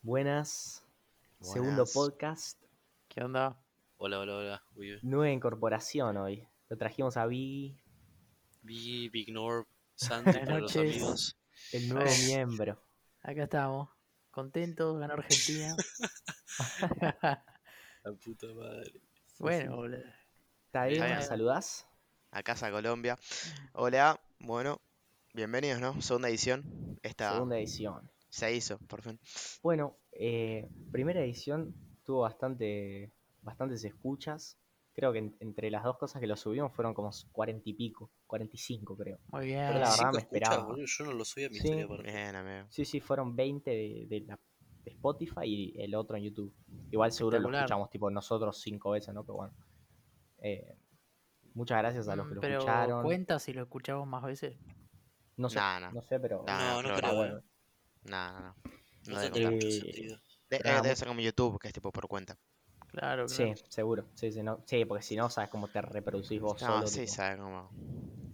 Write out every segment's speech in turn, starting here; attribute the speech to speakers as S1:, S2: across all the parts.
S1: Buenas.
S2: Buenas.
S1: Segundo podcast.
S2: ¿Qué onda?
S3: Hola, hola, hola. Uy, uy.
S1: Nueva incorporación hoy. Lo trajimos a Biggie,
S3: Vi Big Norb, Santi
S2: Buenas
S3: para los
S2: noches.
S3: amigos.
S1: el nuevo
S2: Ay.
S1: miembro.
S2: Acá estamos. Contentos, ganó Argentina.
S3: La puta madre.
S2: bueno, boludo.
S1: Tadeo,
S2: Bien.
S1: ¿nos saludás?
S4: a casa Colombia. Hola, bueno, bienvenidos, ¿no? Segunda edición. Esta
S1: Segunda edición.
S4: se hizo, por fin.
S1: Bueno, eh, primera edición tuvo bastante, bastantes escuchas. Creo que en- entre las dos cosas que lo subimos fueron como cuarenta y pico, 45 creo.
S2: Muy bien.
S1: Pero Ah, la verdad
S3: Cinco
S1: me
S3: escuchas,
S1: esperaba.
S3: boludo, Yo no lo subí a mi
S1: Sí.
S3: historia aparte.
S4: Bien, amigo.
S1: Sí, sí, fueron 20 de, de la- de Spotify y el otro en YouTube. Igual seguro lo
S2: Espectacular.
S1: escuchamos tipo nosotros cinco veces, ¿no? Pero bueno. Eh, muchas gracias a los que
S2: Mm,
S1: lo
S2: Pero
S1: escucharon.
S2: cuenta si lo escuchamos más veces.
S1: No sé,
S4: Nah, nah.
S1: no sé, pero
S4: Nah,
S3: No, no
S4: pero
S1: está
S3: creo.
S1: bueno.
S3: eh.
S4: No, no, no.
S3: No
S4: No debe
S3: tiene
S4: contar.
S3: mucho
S1: Eh,
S3: sentido.
S4: De-
S1: nada,
S4: eh, debe
S1: mu-
S4: ser como YouTube, que es tipo por cuenta.
S2: Claro, claro.
S1: Sí, seguro. Sí, sí, no- sí, porque si no, sabes cómo te reproducís vos
S4: No,
S1: solo.
S4: sí,
S1: tipo,
S4: sabe como.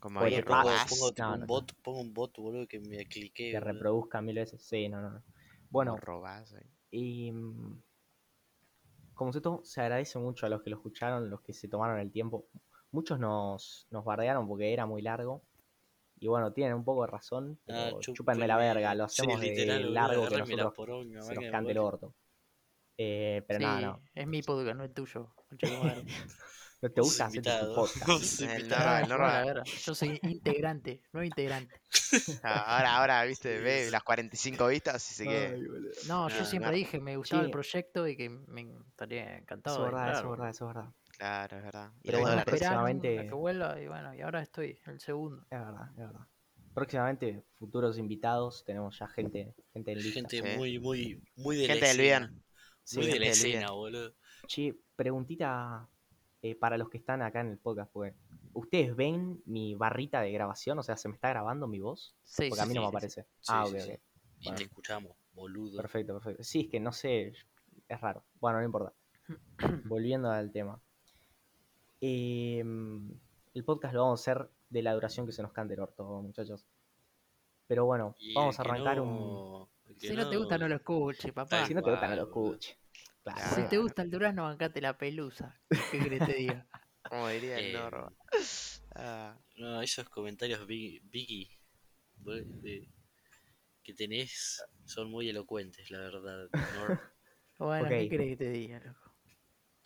S4: Como
S1: Oye,
S3: Oye,
S4: bien
S1: pero
S3: pongo,
S1: ah,
S4: capaz.
S3: pongo tipo
S1: no,
S3: un
S1: no.
S3: bot, pongo un bot, boludo, que me clique.
S1: te
S3: boludo.
S1: reproduzca mil veces. Sí, no, no. no.
S4: como
S1: Bueno,
S4: robás, eh.
S1: y. mm, Como se todo, se agradece mucho a los que lo escucharon, los que se tomaron el tiempo. Muchos nos, nos bardearon porque era muy largo. Y bueno, tienen un poco de razón, pero
S3: Ah,
S1: chúpenme la verga, lo
S3: Sí,
S1: hacemos de
S3: literal, boludo,
S1: largo que
S3: agárrenme la
S1: nosotros
S3: poronga,
S1: se
S3: vaca
S1: nos
S3: de
S1: cante el
S3: bola.
S1: orto. Eh, pero nada,
S2: Sí,
S1: no.
S2: Es mi podcast, no el tuyo. concha de tu madre.
S1: No te
S3: Los
S1: gusta hacer tu
S3: invitados,
S1: podcast.
S3: los
S4: El
S3: invitados.
S4: Norba,
S2: Ah,
S4: el
S2: bueno,
S4: Norba.
S2: a ver, Yo soy integrante, no integrante.
S4: Ah, Ahora, ahora, viste, ve
S3: Sí.
S4: las 45 vistas, así que.
S2: No,
S3: Ah,
S2: yo siempre
S4: claro.
S2: dije, me gustaba
S1: Sí.
S2: el proyecto y que me estaría
S1: Eso
S2: encantado.
S1: es
S2: de
S1: verdad, eso es
S2: entrar.
S1: verdad, eso es verdad.
S4: Claro, es verdad. Y
S1: Pero bueno,
S4: los
S2: Me
S4: dólares.
S1: espera-
S2: esperaron a
S1: próximamente-
S2: que vuelva y bueno, y ahora estoy, el segundo.
S1: Es verdad, es verdad. Próximamente, futuros invitados, tenemos ya gente, gente en lista.
S3: Gente
S4: Sí.
S3: muy, muy, muy de la
S4: Gente del
S3: escena.
S4: bien.
S1: Sí,
S3: Muy de la
S4: gente del
S3: escena,
S4: bien.
S3: boludo.
S1: Che, preguntita eh, para los que están acá en el podcast, porque ¿ustedes ven mi barrita de grabación? O sea, ¿se me está grabando mi voz?
S2: Sí,
S1: Porque
S2: sí,
S1: a mí no me
S2: sí, sí, sí.
S1: aparece.
S3: Sí,
S1: ah,
S3: sí,
S1: ok,
S3: sí.
S1: ok.
S3: Y
S1: Bueno.
S3: te escuchamos, boludo.
S1: Perfecto, perfecto. Sí, es que no sé, es raro. Bueno, no importa. Volviendo al tema. Eh, el podcast lo vamos a hacer de la duración que se nos cante el orto, muchachos. Pero bueno,
S3: Y
S1: vamos a
S3: el que
S1: arrancar un...
S3: no- el que
S2: Si no te gusta, no lo escuches, papá.
S3: Tal
S1: Si no te gusta, no
S3: cual,
S1: lo
S3: Ah, boludo.
S1: escuches. Claro.
S4: Ah,
S2: Si te
S4: bueno.
S2: gusta el durazno, bancate la pelusa. ¿Qué querés te diga?
S4: Como diría el
S3: Eh,
S4: Norba. Ah,
S3: No, esos comentarios Big- Vicky bol- de- que tenés son muy elocuentes, la verdad. Nor.
S2: Bueno,
S1: Ok.
S2: ¿qué querés que te diga, loco?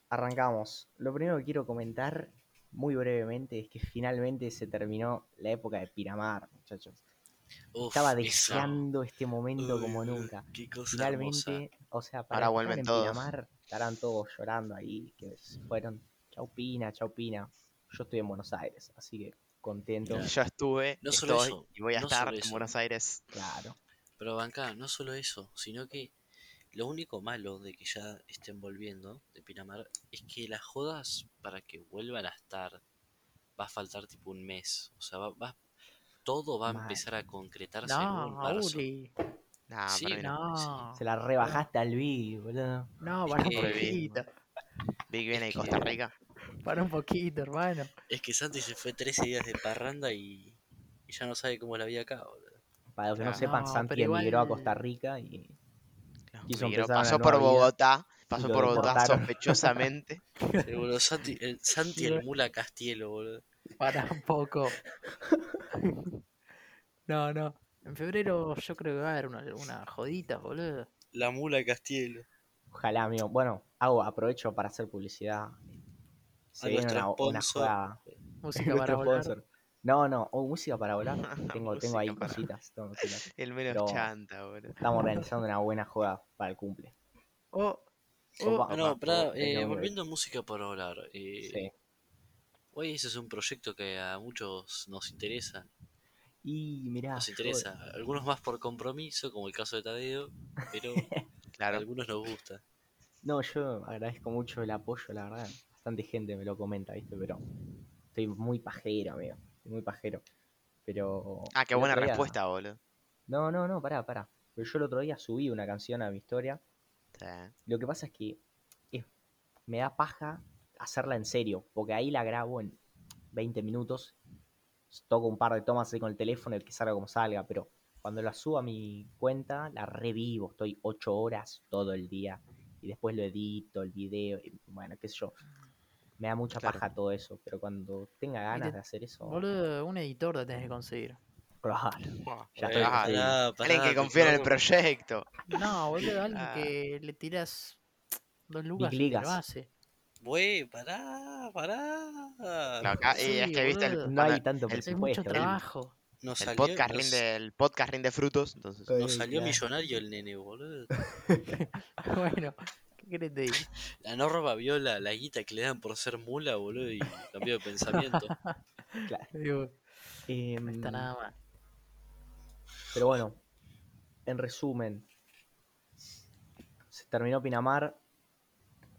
S1: Arrancamos. Lo primero que quiero comentar, muy brevemente, es que finalmente se terminó la época de Piramar, muchachos.
S3: Uf,
S1: Estaba
S3: eso.
S1: deseando este momento
S3: Uy,
S1: como
S3: uy,
S1: nunca.
S3: Qué cosa hermosa.
S1: Finalmente, o sea, para
S4: Ahora
S1: estar
S4: vuelven
S1: en
S4: todos.
S1: Pinamar estarán todos llorando ahí, que se fueron, chau Pina, chau Pina. Yo estoy en Buenos Aires, así que contento,
S3: Claro.
S4: Yo estuve,
S3: No solo
S4: estoy
S3: eso,
S4: y voy a
S3: no
S4: estar
S3: solo
S4: en
S3: eso.
S4: Buenos Aires.
S1: claro.
S3: Pero banca, no solo eso, sino que lo único malo de que ya estén volviendo de Pinamar es que las jodas para que vuelvan a estar va a faltar tipo un mes. O sea, va, va- todo va a
S1: Mal.
S3: empezar a concretarse en un
S2: No,
S3: marzo.
S2: Uli.
S4: Nah,
S3: Sí,
S4: para mí no.
S2: No.
S1: Se la rebajaste al Big, boludo.
S2: No, para un
S3: Eh,
S2: poquito.
S4: Big viene de
S3: que-
S4: Costa Rica.
S2: Para un poquito, hermano.
S3: Es que Santi se fue 13 días de parranda y, y ya no sabe cómo es la vida acá, boludo.
S1: Para los que no,
S4: Claro.
S1: sepan,
S2: No,
S1: Santi
S2: pero
S1: emigró a
S2: igual-
S1: Costa Rica y
S4: Los
S1: quiso
S4: migró,
S1: empezar una
S4: pasó
S1: nueva
S4: por
S1: vida
S4: Bogotá, pasó
S1: lo
S4: por Bogotá
S1: deportaron.
S4: sospechosamente.
S3: Seguro Santi, el, Santi el mula Castielo, boludo.
S2: Para un poco. No, no. En febrero yo creo que va a haber una, una jodita, boludo.
S3: La mula Castielo.
S1: Ojalá, amigo. Bueno, hago, aprovecho para hacer publicidad. Se
S3: A
S1: viene una,
S3: nuestro
S1: una
S3: sponsor.
S1: jugada.
S2: Música para
S1: Nuestro
S2: volar.
S1: sponsor. No, no, oh, música para volar. Tengo, tengo
S4: Música
S1: ahí
S4: para-
S1: cositas, tengo cositas.
S4: El menos
S1: Pero-
S4: chanta, boludo.
S1: Estamos organizando una buena jugada para el cumple.
S2: Oh,
S1: Oh,
S2: oh,
S1: va-
S3: Uh, no, pará,
S1: va-
S3: eh,
S1: tengo-
S3: volviendo a música para hablar. eh,
S1: Sí.
S3: Hoy ese es un proyecto que a muchos nos interesa.
S1: Y mirá,
S3: Nos
S1: yo-
S3: interesa. Algunos más por compromiso, como el caso de Tadeo, pero a
S4: Claro.
S3: algunos nos gusta.
S1: no, yo agradezco mucho el apoyo, la verdad. Bastante gente me lo comenta, ¿viste? Pero estoy muy pajero, amigo. Estoy muy pajero. Pero.
S4: Ah, qué
S1: el
S4: buena
S1: otro día-
S4: respuesta, boludo.
S1: No, no, no, pará, pará. Pero yo el otro día subí una canción a mi historia.
S4: Sí.
S1: Lo que pasa es que es- me da paja hacerla en serio, porque ahí la grabo en 20 minutos, toco un par de tomas ahí con el teléfono, el que salga como salga, pero Cuando la subo a mi cuenta, la revivo. Estoy ocho horas todo el día. Y después lo edito, el video. y bueno, qué sé yo. Me da mucha
S4: Claro.
S1: paja todo eso. Pero cuando tenga ganas
S2: te-
S1: de hacer eso.
S2: Boludo, un editor te tenés que conseguir.
S1: Claro, ya
S4: Eh,
S1: estoy
S4: ah,
S1: conseguido.
S4: Alguien que confía en el proyecto.
S2: No, boludo, alguien
S4: Ah.
S2: que le tirás dos lucas y te
S1: ligas.
S2: lo hace.
S3: Güey, pará, pará.
S4: No, acá- y es
S2: Sí,
S4: que viste el,
S2: boludo.
S1: No hay
S4: cuando
S1: tanto
S4: el-
S2: Es mucho
S1: presupuesto. ¿viste?
S2: trabajo.
S3: Nos
S4: el
S3: salió,
S4: podcast
S3: nos-
S4: rinde, el podcast rinde frutos, entonces.
S1: Eh,
S3: nos salió
S1: claro.
S3: millonario el nene, boludo.
S2: bueno, ¿qué querés te diga?
S3: La norma vio la, la guita que le dan por ser mula, boludo, y cambió de pensamiento.
S1: Claro.
S2: Digo, no está
S1: Em,
S2: nada mal.
S1: Pero bueno, en resumen, se terminó Pinamar,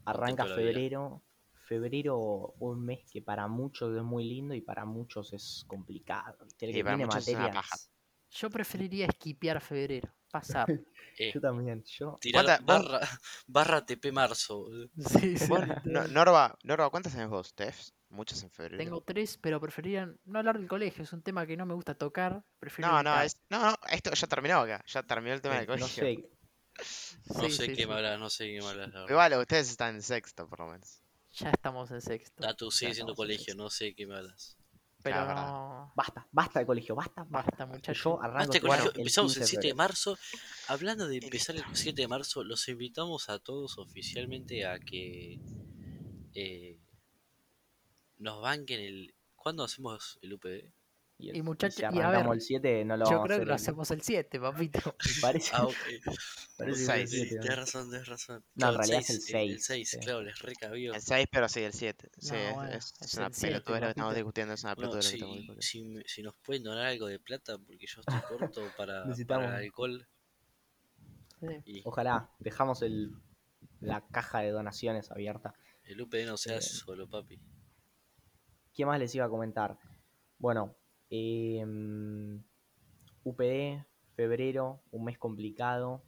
S1: arranca
S3: Contento la vida.
S1: febrero. Febrero, un mes que para muchos es muy lindo y para muchos es complicado. ¿viste? El
S4: Sí,
S1: que
S4: para
S1: tiene
S4: muchos es una
S1: materias.
S4: paja.
S2: Yo preferiría esquipear febrero. Pasar.
S3: Eh,
S1: Yo también, yo.
S3: tirar
S4: ¿Cuánta- vos-
S3: barra, barra TP marzo, boludo.
S2: sí, sí.
S4: Vos, no- Norba, Norba, ¿cuántas tenés vos? ¿Tef? Muchas en febrero.
S2: Tengo tres, pero preferiría no hablar del colegio. Es un tema que no me gusta tocar. Prefiero
S4: No, no,
S2: evitar.
S4: es- no, no, esto ya terminó acá. Ya terminó el tema del
S1: Eh, No
S4: colegio.
S1: sé,
S3: No
S2: Sí,
S3: sé
S2: sí,
S3: qué
S2: sí.
S3: me hablas, no sé qué me hablas. la verdad.
S4: Igual, ustedes están en sexto, por lo menos.
S2: Ya estamos en sexto.
S3: Tatu
S2: Ya
S3: sigue
S2: estamos
S3: siendo
S2: en
S3: colegio,
S2: sexto.
S3: no sé qué me hablas.
S2: Pero
S4: verdad.
S2: no.
S1: basta, basta de colegio, basta, basta.
S2: Basta, muchachos.
S1: Yo
S4: Este
S1: arranco
S3: Basta,
S1: el
S3: colegio,
S1: el
S3: empezamos
S1: 15
S3: el
S1: de
S3: 7 de
S1: febrero.
S3: marzo. Hablando de
S4: Y
S3: empezar el 7 de marzo, los invitamos a todos oficialmente a que eh, nos banquen el. ¿Cuándo hacemos el UPD?
S1: Y, el-
S2: Y
S1: y
S2: muchacho-
S1: si
S2: y a ver,
S1: arrancamos el 7, no lo
S2: Yo
S1: vamos
S2: creo
S1: a
S2: que lo
S1: hacer.
S2: hacemos el 7, papito.
S1: el- Parece,
S3: Ah, ok.
S1: parece
S4: el
S1: que es
S4: seis,
S1: el
S3: Sí,
S1: 7,
S3: tenés razón, tenés razón.
S1: No, en
S3: Claro,
S1: realidad es el
S3: seis, El
S1: seis,
S3: 6,
S1: sí.
S3: claro, les recabió.
S4: El 6, pero sí, el 7. Sí,
S2: No,
S4: es,
S2: bueno,
S4: es-
S2: es
S4: es una
S2: el siete,
S4: pelotudez lo que estamos
S2: papito.
S4: discutiendo, es una
S3: Bueno,
S4: pelotudez lo que
S3: si,
S4: estamos discutiendo.
S3: si me- si nos pueden donar algo de plata, porque yo estoy corto para,
S1: Necesitamos. Oh.
S3: para el alcohol.
S2: Sí.
S3: Y
S1: Ojalá, dejamos el, la caja de donaciones abierta.
S3: el UPD no se
S1: Eh,
S3: hace solo, papi.
S1: ¿Qué más les iba a comentar? Bueno, em, UPD, febrero, un mes complicado.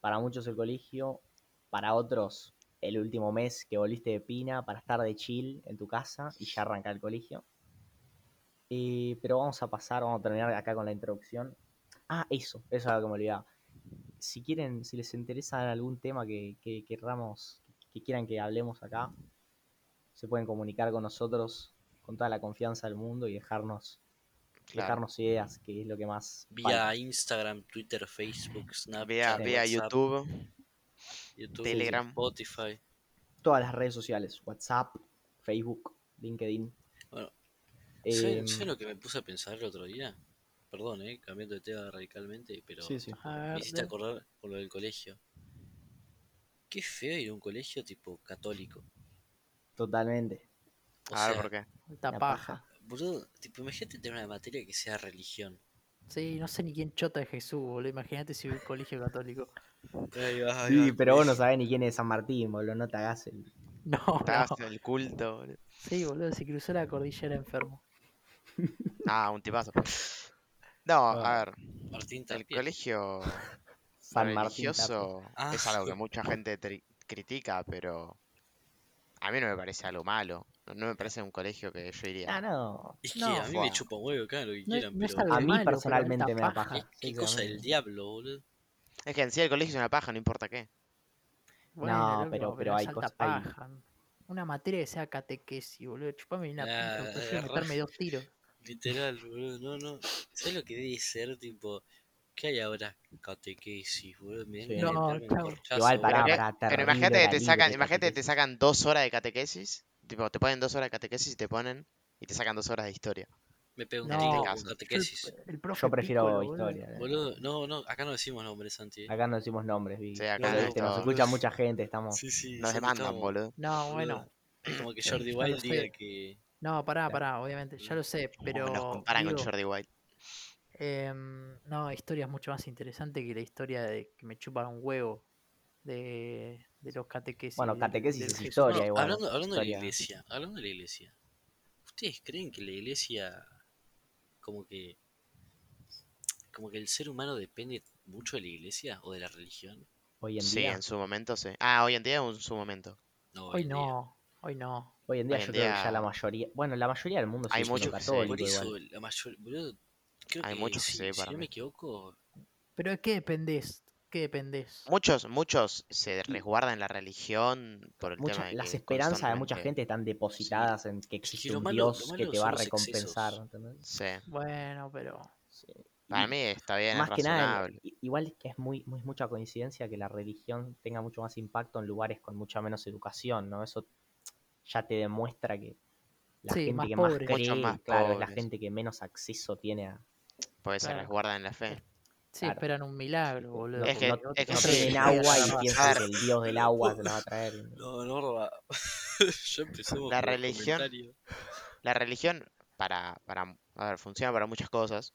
S1: Para muchos el colegio, para otros el último mes que volviste de Pina para estar de chill en tu casa y ya arrancar el colegio. Eh, pero vamos a pasar, vamos a terminar acá con la introducción. Ah, eso, eso es algo que me olvidaba. Si quieren, si les interesa algún tema que, que querramos, que quieran que hablemos acá, se pueden comunicar con nosotros con toda la confianza del mundo y dejarnos,
S4: Claro.
S1: dejarnos ideas, que es lo que más
S3: Vía
S1: falta.
S3: Instagram, Twitter, Facebook,
S4: Vía,
S3: Snapchat,
S4: vía
S3: WhatsApp,
S4: YouTube,
S3: YouTube,
S4: Telegram.
S3: Spotify.
S1: todas las redes sociales, WhatsApp, Facebook, LinkedIn.
S3: Bueno,
S1: Em,
S3: ¿Sabes lo que me puse a pensar el otro día? Perdón, eh, cambiando de tema radicalmente, pero
S1: sí, sí.
S2: A
S3: me
S2: ver,
S3: hiciste
S2: de-
S3: acordar con lo del colegio. Qué feo ir a un colegio tipo católico.
S1: Totalmente. Ah,
S3: O
S4: a ver
S3: sea,
S4: por qué.
S2: Puta
S1: La
S2: paja.
S1: paja.
S3: boludo, tipo, imagínate tener una materia que sea religión.
S2: Sí, no sé ni quién chota es Jesús, boludo. Imagínate si voy a un colegio católico.
S3: Ahí va, ahí
S1: Sí,
S3: va.
S1: pero vos no sabés ni quién es San Martín, boludo, no te hagas el...
S2: No,
S4: Estabas
S2: no.
S4: en el culto. boludo.
S2: Sí, boludo, si cruzó la cordillera enfermo.
S4: Ah, un tipazo. No, a ver,
S3: Martín
S4: el
S3: Tapia.
S4: colegio
S1: San Martín. Tapia.
S4: religioso
S3: Ah.
S4: es algo que mucha gente tri- critica, pero a mí no me parece algo malo. No- No me parece un colegio que yo iría.
S1: Ah, no.
S3: Es que
S2: No,
S3: a mí me
S4: fua.
S3: chupa un huevo acá lo que
S2: No es-
S3: quieran,
S2: no es
S3: pero.
S2: algo
S1: A mí
S2: malo, pero
S1: personalmente
S2: alta
S1: me da
S2: paja.
S1: paja.
S3: ¿Qué, qué
S1: sí,
S3: cosa
S1: a mí-
S3: del diablo, boludo?
S4: Es que en sí el colegio es una paja, no importa qué.
S1: No,
S2: loco,
S1: pero- pero hay
S2: es alta
S1: cosas- hay-
S2: paja. Una materia que sea catequesis, boludo. Chupame una
S3: Ah,
S2: pincha, prefiero
S3: es
S2: meterme
S3: raro.
S2: dos tiros.
S3: Literal, boludo. No, no. ¿Sabes lo que debe ser, tipo? ¿Qué hay ahora? Catequesis, boludo. Me dan
S1: Sí.
S3: ganas de
S2: No,
S3: meterme un
S2: chao.
S3: corchazo,
S1: Igual, pará,
S4: Pero, que-
S3: boludo.
S1: pará,
S4: pero
S1: terrible
S4: imagínate que
S1: la
S4: te
S1: libre
S4: sacan, imagínate que te
S1: catequesis.
S4: sacan dos horas de catequesis, tipo, te ponen dos horas de catequesis y te ponen y te sacan dos horas de historia.
S3: Me pego un
S2: No,
S3: tiro
S4: caso.
S3: con catequesis.
S2: El, el profe
S1: Yo prefiero
S2: Piccolo, boludo.
S1: historia. eh.
S3: Boludo, no, no. Acá no decimos nombres, Santi. eh.
S1: Acá no decimos nombres, Vicky.
S4: Sí, acá
S1: Pero,
S3: no,
S1: viste, nos
S4: no.
S1: escucha mucha gente, estamos...
S3: Sí, sí.
S4: Nos
S3: Santi,
S4: demandan,
S3: estamos-
S4: boludo.
S2: No,
S3: boludo.
S2: bueno.
S3: Es como que
S1: Sí,
S3: Jordi
S2: ya lo
S3: Wild
S2: sé.
S3: diga que.
S2: No, pará,
S1: Claro.
S2: pará, obviamente. Ya lo sé,
S4: Como
S2: pero.
S4: nos comparan Uh, con
S2: digo,
S4: Jordi White.
S2: em, no, historia es mucho más interesante que la historia de que me chupa un huevo de, de los catequesis.
S1: Bueno,
S2: del-
S1: catequesis
S2: del
S1: es
S2: Jesús.
S1: historia,
S3: No,
S1: igual,
S3: hablando, hablando de la
S1: historia.
S3: iglesia, hablando de la iglesia, ¿ustedes creen que la iglesia, como que, como que el ser humano depende mucho de la iglesia o de la religión?
S1: Hoy en
S4: Sí,
S1: día,
S4: en su momento sí. Ah, hoy en día en su momento.
S3: No,
S2: Hoy
S3: en día.
S2: no, hoy no.
S1: hoy en día
S4: hoy en
S1: yo creo que
S4: día-
S1: ya la mayoría... Bueno, la mayoría del mundo sigue
S4: Hay
S1: siendo
S4: muchos que se-
S1: católico
S3: Por eso
S1: igual.
S3: la mayor, boludo, creo
S4: Hay
S3: que
S4: muchos que
S3: si,
S4: se
S3: si
S4: separan.
S3: no me equivoco,
S2: Pero ¿de qué dependés? ¿Qué dependés?
S4: Muchos, muchos se resguardan la religión por el
S1: Mucha-
S4: tema de
S1: las
S4: que
S1: esperanzas de mucha
S4: constantemente-
S1: gente están depositadas en que existe
S3: lo
S1: un
S3: malo- lo
S1: Dios que
S3: malo
S1: te va a
S3: son los excesos.
S1: recompensar. ¿entendés?
S4: Sí.
S2: Bueno, pero.
S1: Sí.
S4: Para
S1: Y-
S4: mí está bien,
S1: más
S4: es
S1: que nada,
S4: razonable.
S1: i- igual es que es muy, muy mucha coincidencia que la religión tenga mucho más impacto en lugares con mucha menos educación, ¿no? Eso ya te demuestra que la
S2: Sí,
S1: gente
S2: más
S1: que
S2: pobres.
S1: más
S4: Mucho
S1: cree,
S4: más
S1: claro, es la
S4: pobres.
S1: gente que menos acceso tiene a...
S4: Porque se
S2: claro.
S4: resguardan la fe.
S2: Sí,
S1: Claro.
S2: esperan un milagro, boludo.
S1: No,
S4: Es que-
S1: no,
S4: es que
S1: no
S4: sí.
S1: tienen agua
S4: Sí.
S1: y piensan
S4: Claro.
S1: que el dios del agua te la va a traer.
S3: No, no, Roba. ya empezamos
S4: La
S3: con los
S4: religión.
S3: comentarios.
S4: La religión para, para, a ver, funciona para muchas cosas,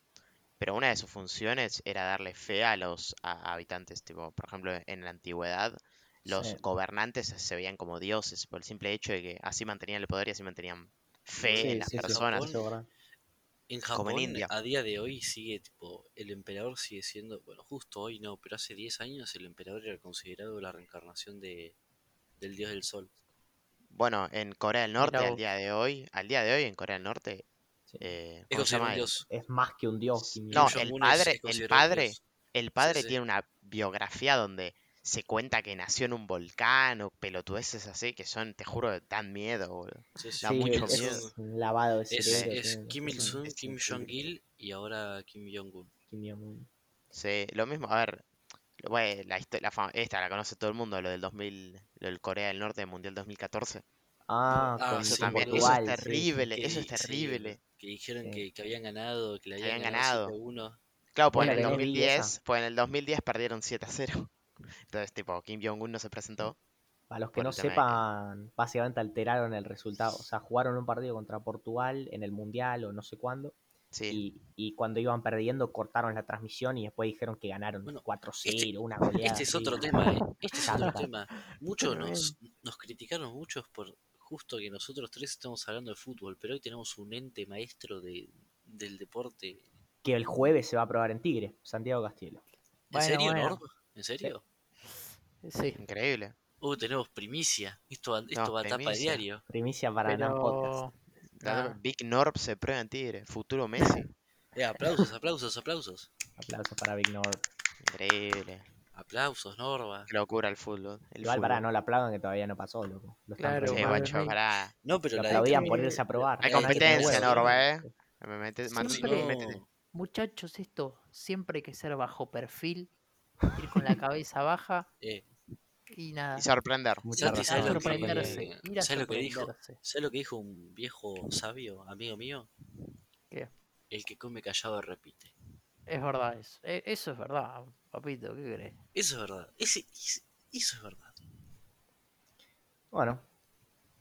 S4: pero una de sus funciones era darle fe a los a- a habitantes. Tipo, por ejemplo, en la antigüedad, los
S1: Sí.
S4: gobernantes se- se veían como dioses por el simple hecho de que así mantenían el poder y así mantenían fe
S1: Sí,
S4: en las
S1: sí, sí.
S4: personas.
S1: Eso es verdad.
S3: En
S4: Como
S3: Japón,
S4: en India.
S3: a día de hoy sigue, tipo, el emperador sigue siendo, bueno, justo hoy no, pero hace 10 años el emperador era considerado la reencarnación de, del dios del sol.
S4: Bueno, en Corea del Norte, al
S2: vos.
S4: día de hoy, al día de hoy en Corea del Norte,
S1: Sí.
S4: eh,
S3: Es
S4: ¿cómo se
S3: considerado
S4: llama?
S3: un
S4: El-
S3: dios.
S1: Es más que un dios. Kim
S4: No,
S1: Il-sung.
S4: el
S3: Jong-un es-
S4: padre-
S3: es
S4: el
S3: considerado un
S4: padre-
S3: dios.
S4: El padre
S3: sí.
S4: tiene una biografía donde se cuenta que nació en un volcán o pelotudeces así que son, te juro, que dan miedo, boludo.
S3: Sí, sí,
S4: da
S3: Kim
S4: mucho
S1: es
S3: Il-sung.
S4: miedo.
S1: un lavado de
S3: Es,
S1: cerebro.
S3: es
S1: tiene-
S3: Kim
S1: es un-
S3: Il-sung,
S4: es
S3: Kim
S4: increíble.
S3: Jong-il y ahora Kim Jong-un.
S1: Kim Jong-un.
S4: Sí, lo mismo, a ver, lo- bueno, la, histo- la fam- esta la conoce todo el mundo, lo del 2000, lo del Corea del Norte del Mundial 2014.
S1: Ah,
S3: Ah,
S1: con,
S4: Eso
S3: sí,
S1: con
S4: también,
S3: boludo.
S1: Portugal.
S4: eso
S1: sí,
S4: es
S1: sí.
S4: terrible,
S3: Que
S4: eso es
S3: di- sí,
S4: terrible.
S3: que dijeron
S1: Sí.
S3: que, que habían ganado, que le
S4: Que
S3: habían,
S4: habían
S3: ganado,
S4: ganado.
S3: 7-1.
S4: Claro, pues
S1: Bueno,
S4: en el
S1: que no vi
S4: 2010,
S1: esa.
S4: pues en el 2010 perdieron 7 a 0. Entonces, tipo, Kim Jong-un no se presentó.
S1: Para los que
S4: por
S1: no
S4: el tema de que-
S1: sepan, básicamente alteraron el resultado. O sea, jugaron un partido contra Portugal en el Mundial o no sé cuándo.
S4: Sí,
S1: Y, y cuando iban perdiendo, cortaron la transmisión y después dijeron que ganaron
S3: Bueno,
S1: 4-0,
S3: este-
S1: una goleada.
S3: Este es
S1: así.
S3: otro tema, ¿eh? Este es otro
S1: Zarpa.
S3: tema. Muchos nos,
S2: Tremendo.
S3: nos criticaron muchos por justo que nosotros tres estamos hablando de fútbol, pero hoy tenemos un ente maestro de, del deporte.
S1: Que el jueves se va a probar en Tigre, Santiago Castillo.
S3: ¿En
S2: Bueno,
S3: serio,
S2: bueno.
S3: Norma? ¿En serio?
S2: Sí,
S4: increíble.
S3: Uh, tenemos primicia. Esto va, esto
S4: No,
S3: va a tapa de
S4: primicia.
S3: diario.
S1: Primicia para ganar podcast.
S2: pero.
S4: La-
S2: Ah.
S4: Big Norp se prueba en Tigre, futuro Messi.
S3: Eh, aplausos, aplausos, aplausos.
S1: Aplausos para Big Nord.
S4: Increíble.
S3: Aplausos, Norma.
S4: Qué locura el fútbol. El
S1: Igual para
S4: fútbol.
S1: no la aplaudan que todavía no pasó, loco. Lo están
S2: Claro,
S4: Che,
S1: reprobando.
S2: madre
S4: guacho,
S2: mía.
S4: pará.
S3: No, pero
S1: Lo
S3: la
S1: aplaudían
S3: de-
S1: por irse a probar.
S4: Hay
S3: la de
S4: competencia,
S3: Tigre-
S4: Norba, eh. Me metes, mat-
S3: Sí,
S2: Siempre-
S4: métete.
S3: no.
S2: Muchachos, esto siempre hay que ser bajo perfil, ir con la cabeza baja
S3: Eh,
S2: y nada.
S4: Y sorprender.
S1: Mucha razón.
S3: Santi,
S1: Eh,
S3: ¿sabes lo
S2: Sorprenderse,
S3: que,
S2: ir a
S3: ¿sabes lo que dijo?
S2: sorprenderse.
S3: ¿Sabes lo que dijo un viejo sabio, amigo mío?
S2: ¿Qué?
S3: El que come callado repite.
S2: Es verdad eso. E- Eso es verdad, papito, ¿qué crees?
S3: Eso es verdad. Ese, ese- eso es verdad.
S1: Bueno,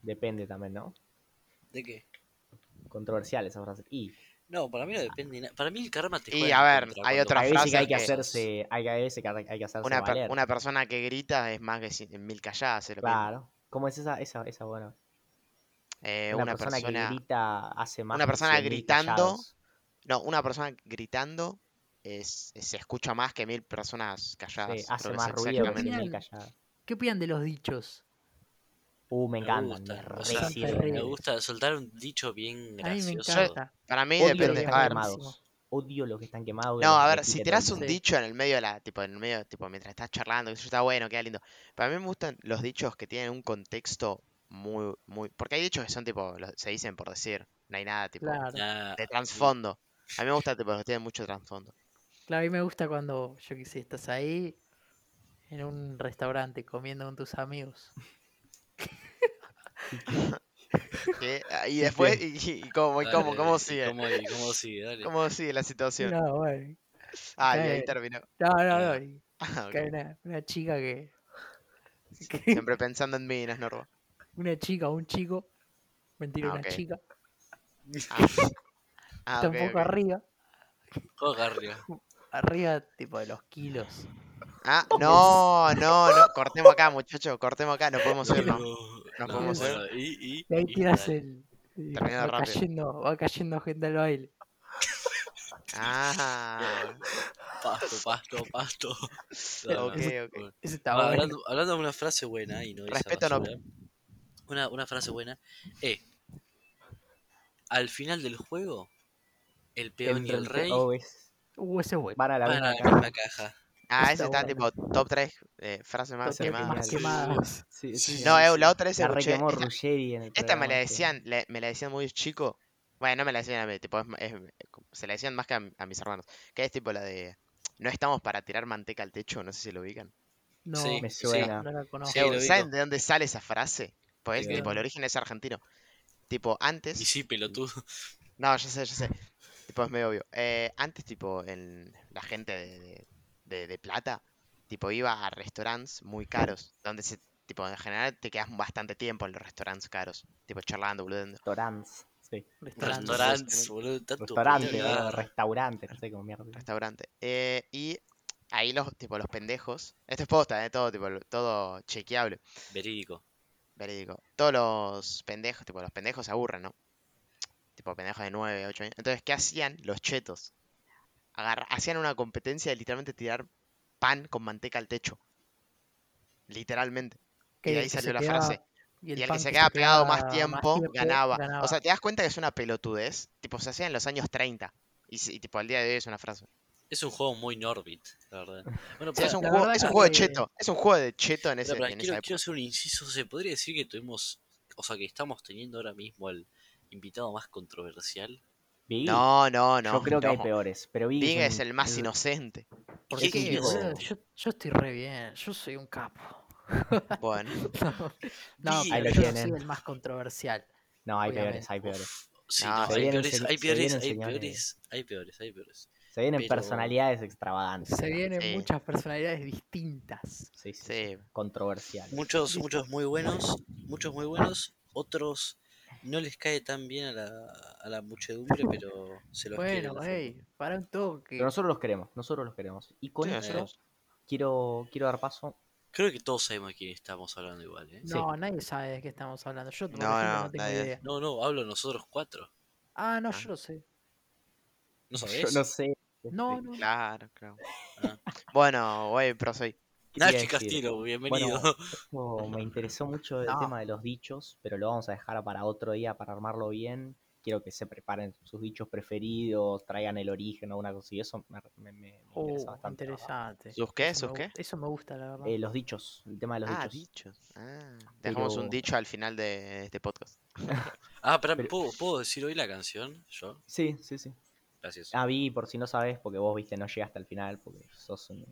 S1: depende también, ¿no?
S3: ¿De qué?
S1: Controversial esa frase. Y
S3: No, para mí no depende. na- Para mí el karma te
S4: Y,
S3: juega en
S4: a ver,
S3: contra
S4: hay
S3: cuando
S4: otra
S3: vos
S1: hay veces que hay que
S4: frases que-
S1: hacerse, hay, hay veces que hay que hacerse
S4: Una, per-
S1: valer.
S4: una persona que grita es más que si- mil calladas. es lo mismo.
S1: Claro. ¿Cómo es esa? Esa, esa bueno.
S4: Eh,
S1: Una, persona, que grita hace más
S4: una
S1: que
S4: persona
S1: 100.000
S4: gritando,
S1: callados.
S4: No, una persona gritando es, es- se escucha más que mil personas calladas.
S1: Sí, hace
S4: creo que
S1: más
S4: es
S1: ruido que
S4: exactamente.
S1: 100.000 callados.
S2: ¿Qué opinan de los dichos?
S1: Uh, me
S3: Me
S1: encantan.
S3: gusta,
S1: Me
S3: o
S1: re
S3: sea,
S1: sirven.
S2: me
S3: Me gusta soltar un dicho bien
S2: A mí me
S3: gracioso.
S2: encanta.
S4: Para mí
S1: Odio los que
S4: depende.
S2: es
S1: están
S4: A ver,
S2: quemado.
S1: quemados. Odio los que están quemados. que
S4: no,
S1: los
S4: a ver,
S1: repite
S4: si
S1: todo
S4: tirás
S1: el
S4: un
S1: mundo.
S2: Sí.
S4: dicho en el medio de la, tipo, en el medio, tipo, mientras estás charlando, que está bueno, queda lindo. Para mí me gustan los dichos que tienen un contexto muy, muy, porque hay dichos que son tipo, los- se dicen por decir, no hay nada tipo
S2: Claro.
S3: Nah,
S4: de trasfondo. A mí me gusta tipo los que tienen mucho trasfondo.
S2: Claro, a mí me gusta cuando, yo qué sé, estás ahí en un restaurante comiendo con tus amigos.
S4: Que- Ah, Y después, y, y- y cómo, y
S3: dale,
S4: cómo, cómo
S3: dale,
S4: sigue,
S3: ¿Cómo, y cómo sigue? Dale.
S4: cómo sigue la situación.
S2: No, bueno.
S4: Ah, y ahí
S2: cae-
S4: terminó.
S2: No, no, no.
S3: Ah,
S2: y
S4: Ah, ok.
S2: cae una, una chica que. que-
S4: Siempre pensando en minas, Norba.
S2: una chica, un chico. Mentira,
S4: Ah,
S2: una
S4: ok.
S2: chica.
S4: Ah, ah,
S2: está
S4: ok,
S2: un poco
S4: ok.
S2: arriba.
S3: Juega arriba.
S2: Arriba, tipo de los kilos.
S4: Ah, no, no, no. Cortemos acá, muchachos. Cortemos acá. No podemos irnos.
S3: No,
S4: podemos
S3: bueno, y, y,
S2: Y ahí
S3: y
S2: tiras
S3: dale.
S2: el. y
S4: Termina
S2: va
S4: rápido.
S2: cayendo, va cayendo gente al baile.
S4: Ah,
S3: Pasto, pasto, pasto. No,
S4: ok,
S3: no.
S4: ok.
S2: Eso está
S3: Ah,
S2: bueno.
S3: hablando, hablando de una frase buena y no esa
S4: Respeto no-
S3: basura, Una, una frase buena. Eh, al final del juego, El peón y el rey
S1: OS
S2: Uh, ese es bueno.
S1: van a oh, la
S3: van a
S1: misma
S3: la
S1: caja.
S3: misma caja.
S4: Ah,
S1: Está
S4: ese está
S1: bueno.
S4: tipo top 3 frases más
S1: Frases
S4: quemadas.
S2: Más
S1: sí,
S2: quemadas.
S1: Sí,
S3: Sí,
S1: sí,
S3: sí,
S4: No,
S1: sí.
S4: eh, la otra vez
S1: La
S4: escuché.
S1: requemó
S4: esta-
S1: Ruggeri en el
S4: Esta me la
S1: programa, sí.
S4: decían, le- me la decían muy chico. Bueno, no me la decían a mí, tipo, es, es- se la decían más que a, a mis hermanos. Que es tipo la de. No estamos para tirar manteca al techo, no sé si lo ubican.
S2: No,
S3: Sí,
S1: Me
S3: sí.
S1: suena.
S2: no la conozco.
S3: Sí, lo
S4: ¿Saben
S3: ubico.
S4: de dónde sale esa frase? Pues
S3: Sí,
S4: tipo, el
S2: obvio.
S4: origen es argentino. Tipo, antes.
S3: Y sí, pelotudo.
S4: No, ya sé, ya sé. Tipo, es medio obvio. Eh, antes, tipo, en la gente de, de- de- de plata, tipo, iba a restaurantes muy caros, donde se, tipo, en general te quedas bastante tiempo en los restaurantes caros, tipo, charlando, boludeando.
S1: Restaurantes. Sí.
S2: Restaurante.
S3: Restaurantes, boludo. tanto
S1: Restaurantes,
S3: boludo,
S1: boludo,
S3: bar.
S1: restaurantes, no sé cómo mierda.
S4: Restaurante. Eh, y ahí los, tipo, los pendejos. Esto es posta, eh, todo, tipo, lo- todo chequeable,
S3: Verídico.
S4: verídico. Todos los pendejos, tipo, los pendejos se aburren, ¿no? Tipo, pendejos de 9, 8 años. Entonces, ¿qué hacían los chetos? Agarra- hacían una competencia de literalmente tirar pan con manteca al techo. Literalmente.
S2: Que
S4: y de
S2: el
S4: ahí
S2: que se
S4: salió la
S2: quedaba-
S4: frase.
S2: Y
S4: Y
S2: el,
S4: el,
S2: pan
S4: que se quedaba pegado más
S2: quedaba
S4: tiempo, ganaba.
S2: ganaba.
S4: O sea, te das cuenta que es una pelotudez. Tipo, se hacía en los años 30. Y, si- y, tipo, al día de hoy es una frase.
S3: Es un juego muy Norbit, la verdad. Bueno,
S4: O sea,
S3: pará,
S4: es un
S2: la
S4: juego,
S2: verdad
S4: es un
S2: que-
S4: juego de cheto. Es un juego de cheto en,
S3: pará,
S4: ese,
S3: pará,
S4: en
S3: quiero,
S4: esa
S3: quiero
S4: época.
S3: hacer un inciso. ¿Se podría decir que tuvimos, o sea, que estamos teniendo ahora mismo el invitado más controversial?
S1: Biggie,
S4: No, no, no.
S1: yo creo que hay
S4: no.
S1: peores, pero Biggie
S4: Big es
S1: un-
S4: el más inocente.
S3: ¿Por
S1: Es
S3: qué
S1: un
S2: Sí,
S1: tipo-
S2: boludo, yo, yo estoy re bien, yo soy un capo.
S4: Bueno,
S2: No,
S3: Sí,
S2: pero
S1: ahí lo
S2: yo no soy
S1: tienen.
S2: el más controversial.
S1: No, hay peores,
S2: Obviamente.
S1: hay peores.
S3: Sí,
S4: No,
S3: no,
S4: se
S3: hay
S1: vienen
S3: peores,
S1: señ-
S3: hay
S1: se
S3: peores,
S1: vienen
S3: hay
S1: señores.
S3: peores, hay peores, hay peores.
S1: Se vienen
S3: Pero-
S1: personalidades extravagantes.
S2: Se vienen
S4: Sí.
S2: muchas personalidades distintas.
S1: Sí, sí, sí,
S4: sí.
S1: Controversiales.
S3: Muchos,
S2: Listo.
S3: muchos muy buenos, muchos muy buenos, otros no les cae tan bien a la, a la muchedumbre, pero se los quiere.
S2: Bueno, hey, para un toque.
S1: Pero nosotros los queremos, nosotros los queremos. Y con
S4: Sí,
S1: eso
S3: nosotros.
S1: quiero, quiero dar paso.
S3: Creo que todos sabemos de quién estamos hablando igual, ¿eh?
S2: No, nadie sabe de qué estamos hablando. Yo, por
S4: No,
S2: ejemplo, no
S4: no,
S2: tengo
S4: nadie.
S2: idea.
S3: No, no, hablo nosotros cuatro.
S2: Ah, no,
S4: Ah.
S2: yo lo sé.
S3: ¿No
S1: Yo
S3: sabés?
S1: no sé.
S2: No,
S1: este,
S2: no, no.
S4: Claro, claro.
S3: Ah.
S4: Bueno, güey, pero soy.
S1: quería
S3: Nachi
S1: decir.
S3: Castillo, bienvenido.
S1: Bueno, esto me interesó mucho el
S2: No.
S1: tema de los dichos, pero lo vamos a dejar para otro día para armarlo bien. Quiero que se preparen sus dichos preferidos, traigan el origen o una cosa y eso me, me- me- me interesa
S2: Oh,
S1: bastante. la verdad.
S2: interesante.
S4: ¿Sus qué?
S2: Eso
S4: ¿Sus
S2: me
S4: qué?
S2: gu- Eso me gusta, la verdad.
S1: Eh, los dichos, el tema de los
S4: Ah,
S1: dichos.
S4: dichos. Ah, dejamos un
S1: Pero-
S4: dicho al final de este podcast.
S3: Ah, pará,
S1: Pero-
S3: ¿puedo, puedo decir hoy la canción? Yo,
S1: Sí, sí, sí.
S3: gracias.
S1: Ah, vi, por si no sabes, porque vos viste, no llegaste al final, porque sos un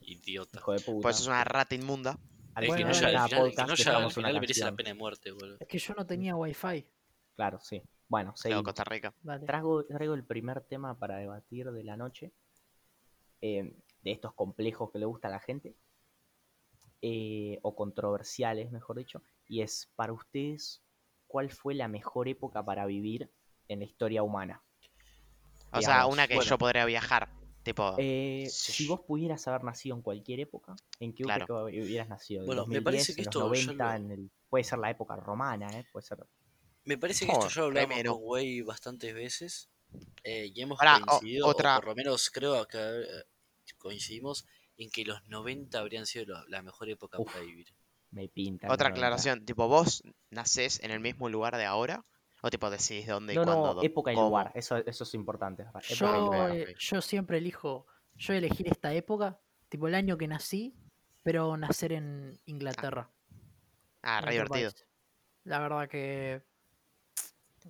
S3: Idiota.
S1: hijo de puta.
S4: Pues es una rata inmunda.
S1: Al
S3: El que
S1: final
S3: no
S1: de
S3: llega
S1: cada
S3: al final, el que
S1: podcast
S3: no llega al
S1: dejamos una
S3: final merece la
S1: canción.
S3: pena de muerte, boludo.
S2: Es que yo no tenía wifi.
S1: Claro, sí. Bueno,
S4: Luego
S1: seguimos.
S4: Costa Rica.
S2: Dale.
S1: Traigo, traigo el primer tema para debatir de la noche, eh, de estos complejos que le gusta a la gente, eh, o controversiales, mejor dicho, y es, para ustedes, ¿cuál fue la mejor época para vivir en la historia humana?
S4: O sea,
S1: Digamos,
S4: una que
S3: bueno.
S4: yo podría viajar. Tipo,
S3: Ah,
S1: Eh,
S4: Sí.
S1: si vos pudieras haber nacido en cualquier época, ¿en qué
S4: Claro.
S1: época hubieras nacido? ¿En
S3: Bueno, me
S1: 2010,
S3: parece que
S1: en los
S3: esto ya
S1: 90,
S3: lo-
S1: en el- puede ser la época romana, ¿eh? Puede ser...
S3: Me parece que esto
S4: Joder,
S3: ya lo hablamos
S4: remero.
S3: con Way bastantes veces. eh, y hemos
S4: Ahora, o-
S3: coincidido, o
S4: otra-
S3: por lo menos creo que eh, coincidimos en que los 90 habrían sido la, la mejor época
S1: Uf.
S3: para vivir.
S1: Me pinta.
S4: otra
S1: los 90.
S4: aclaración. Tipo, ¿vos nacés en el mismo lugar de ahora? ¿O tipo decidís dónde y
S1: No,
S4: cuándo?
S1: no,
S4: dó-
S1: época y
S4: cómo?
S1: lugar, eso, eso es importante. es verdad, época y
S4: Ah,
S2: Yo,
S1: lugar.
S4: ok,
S2: eh,
S4: ok.
S2: yo siempre elijo, yo elegir esta época, tipo el año que nací, pero nacer en Inglaterra.
S4: Ah,
S2: en
S4: re
S2: otro
S4: divertido.
S2: país. La verdad que...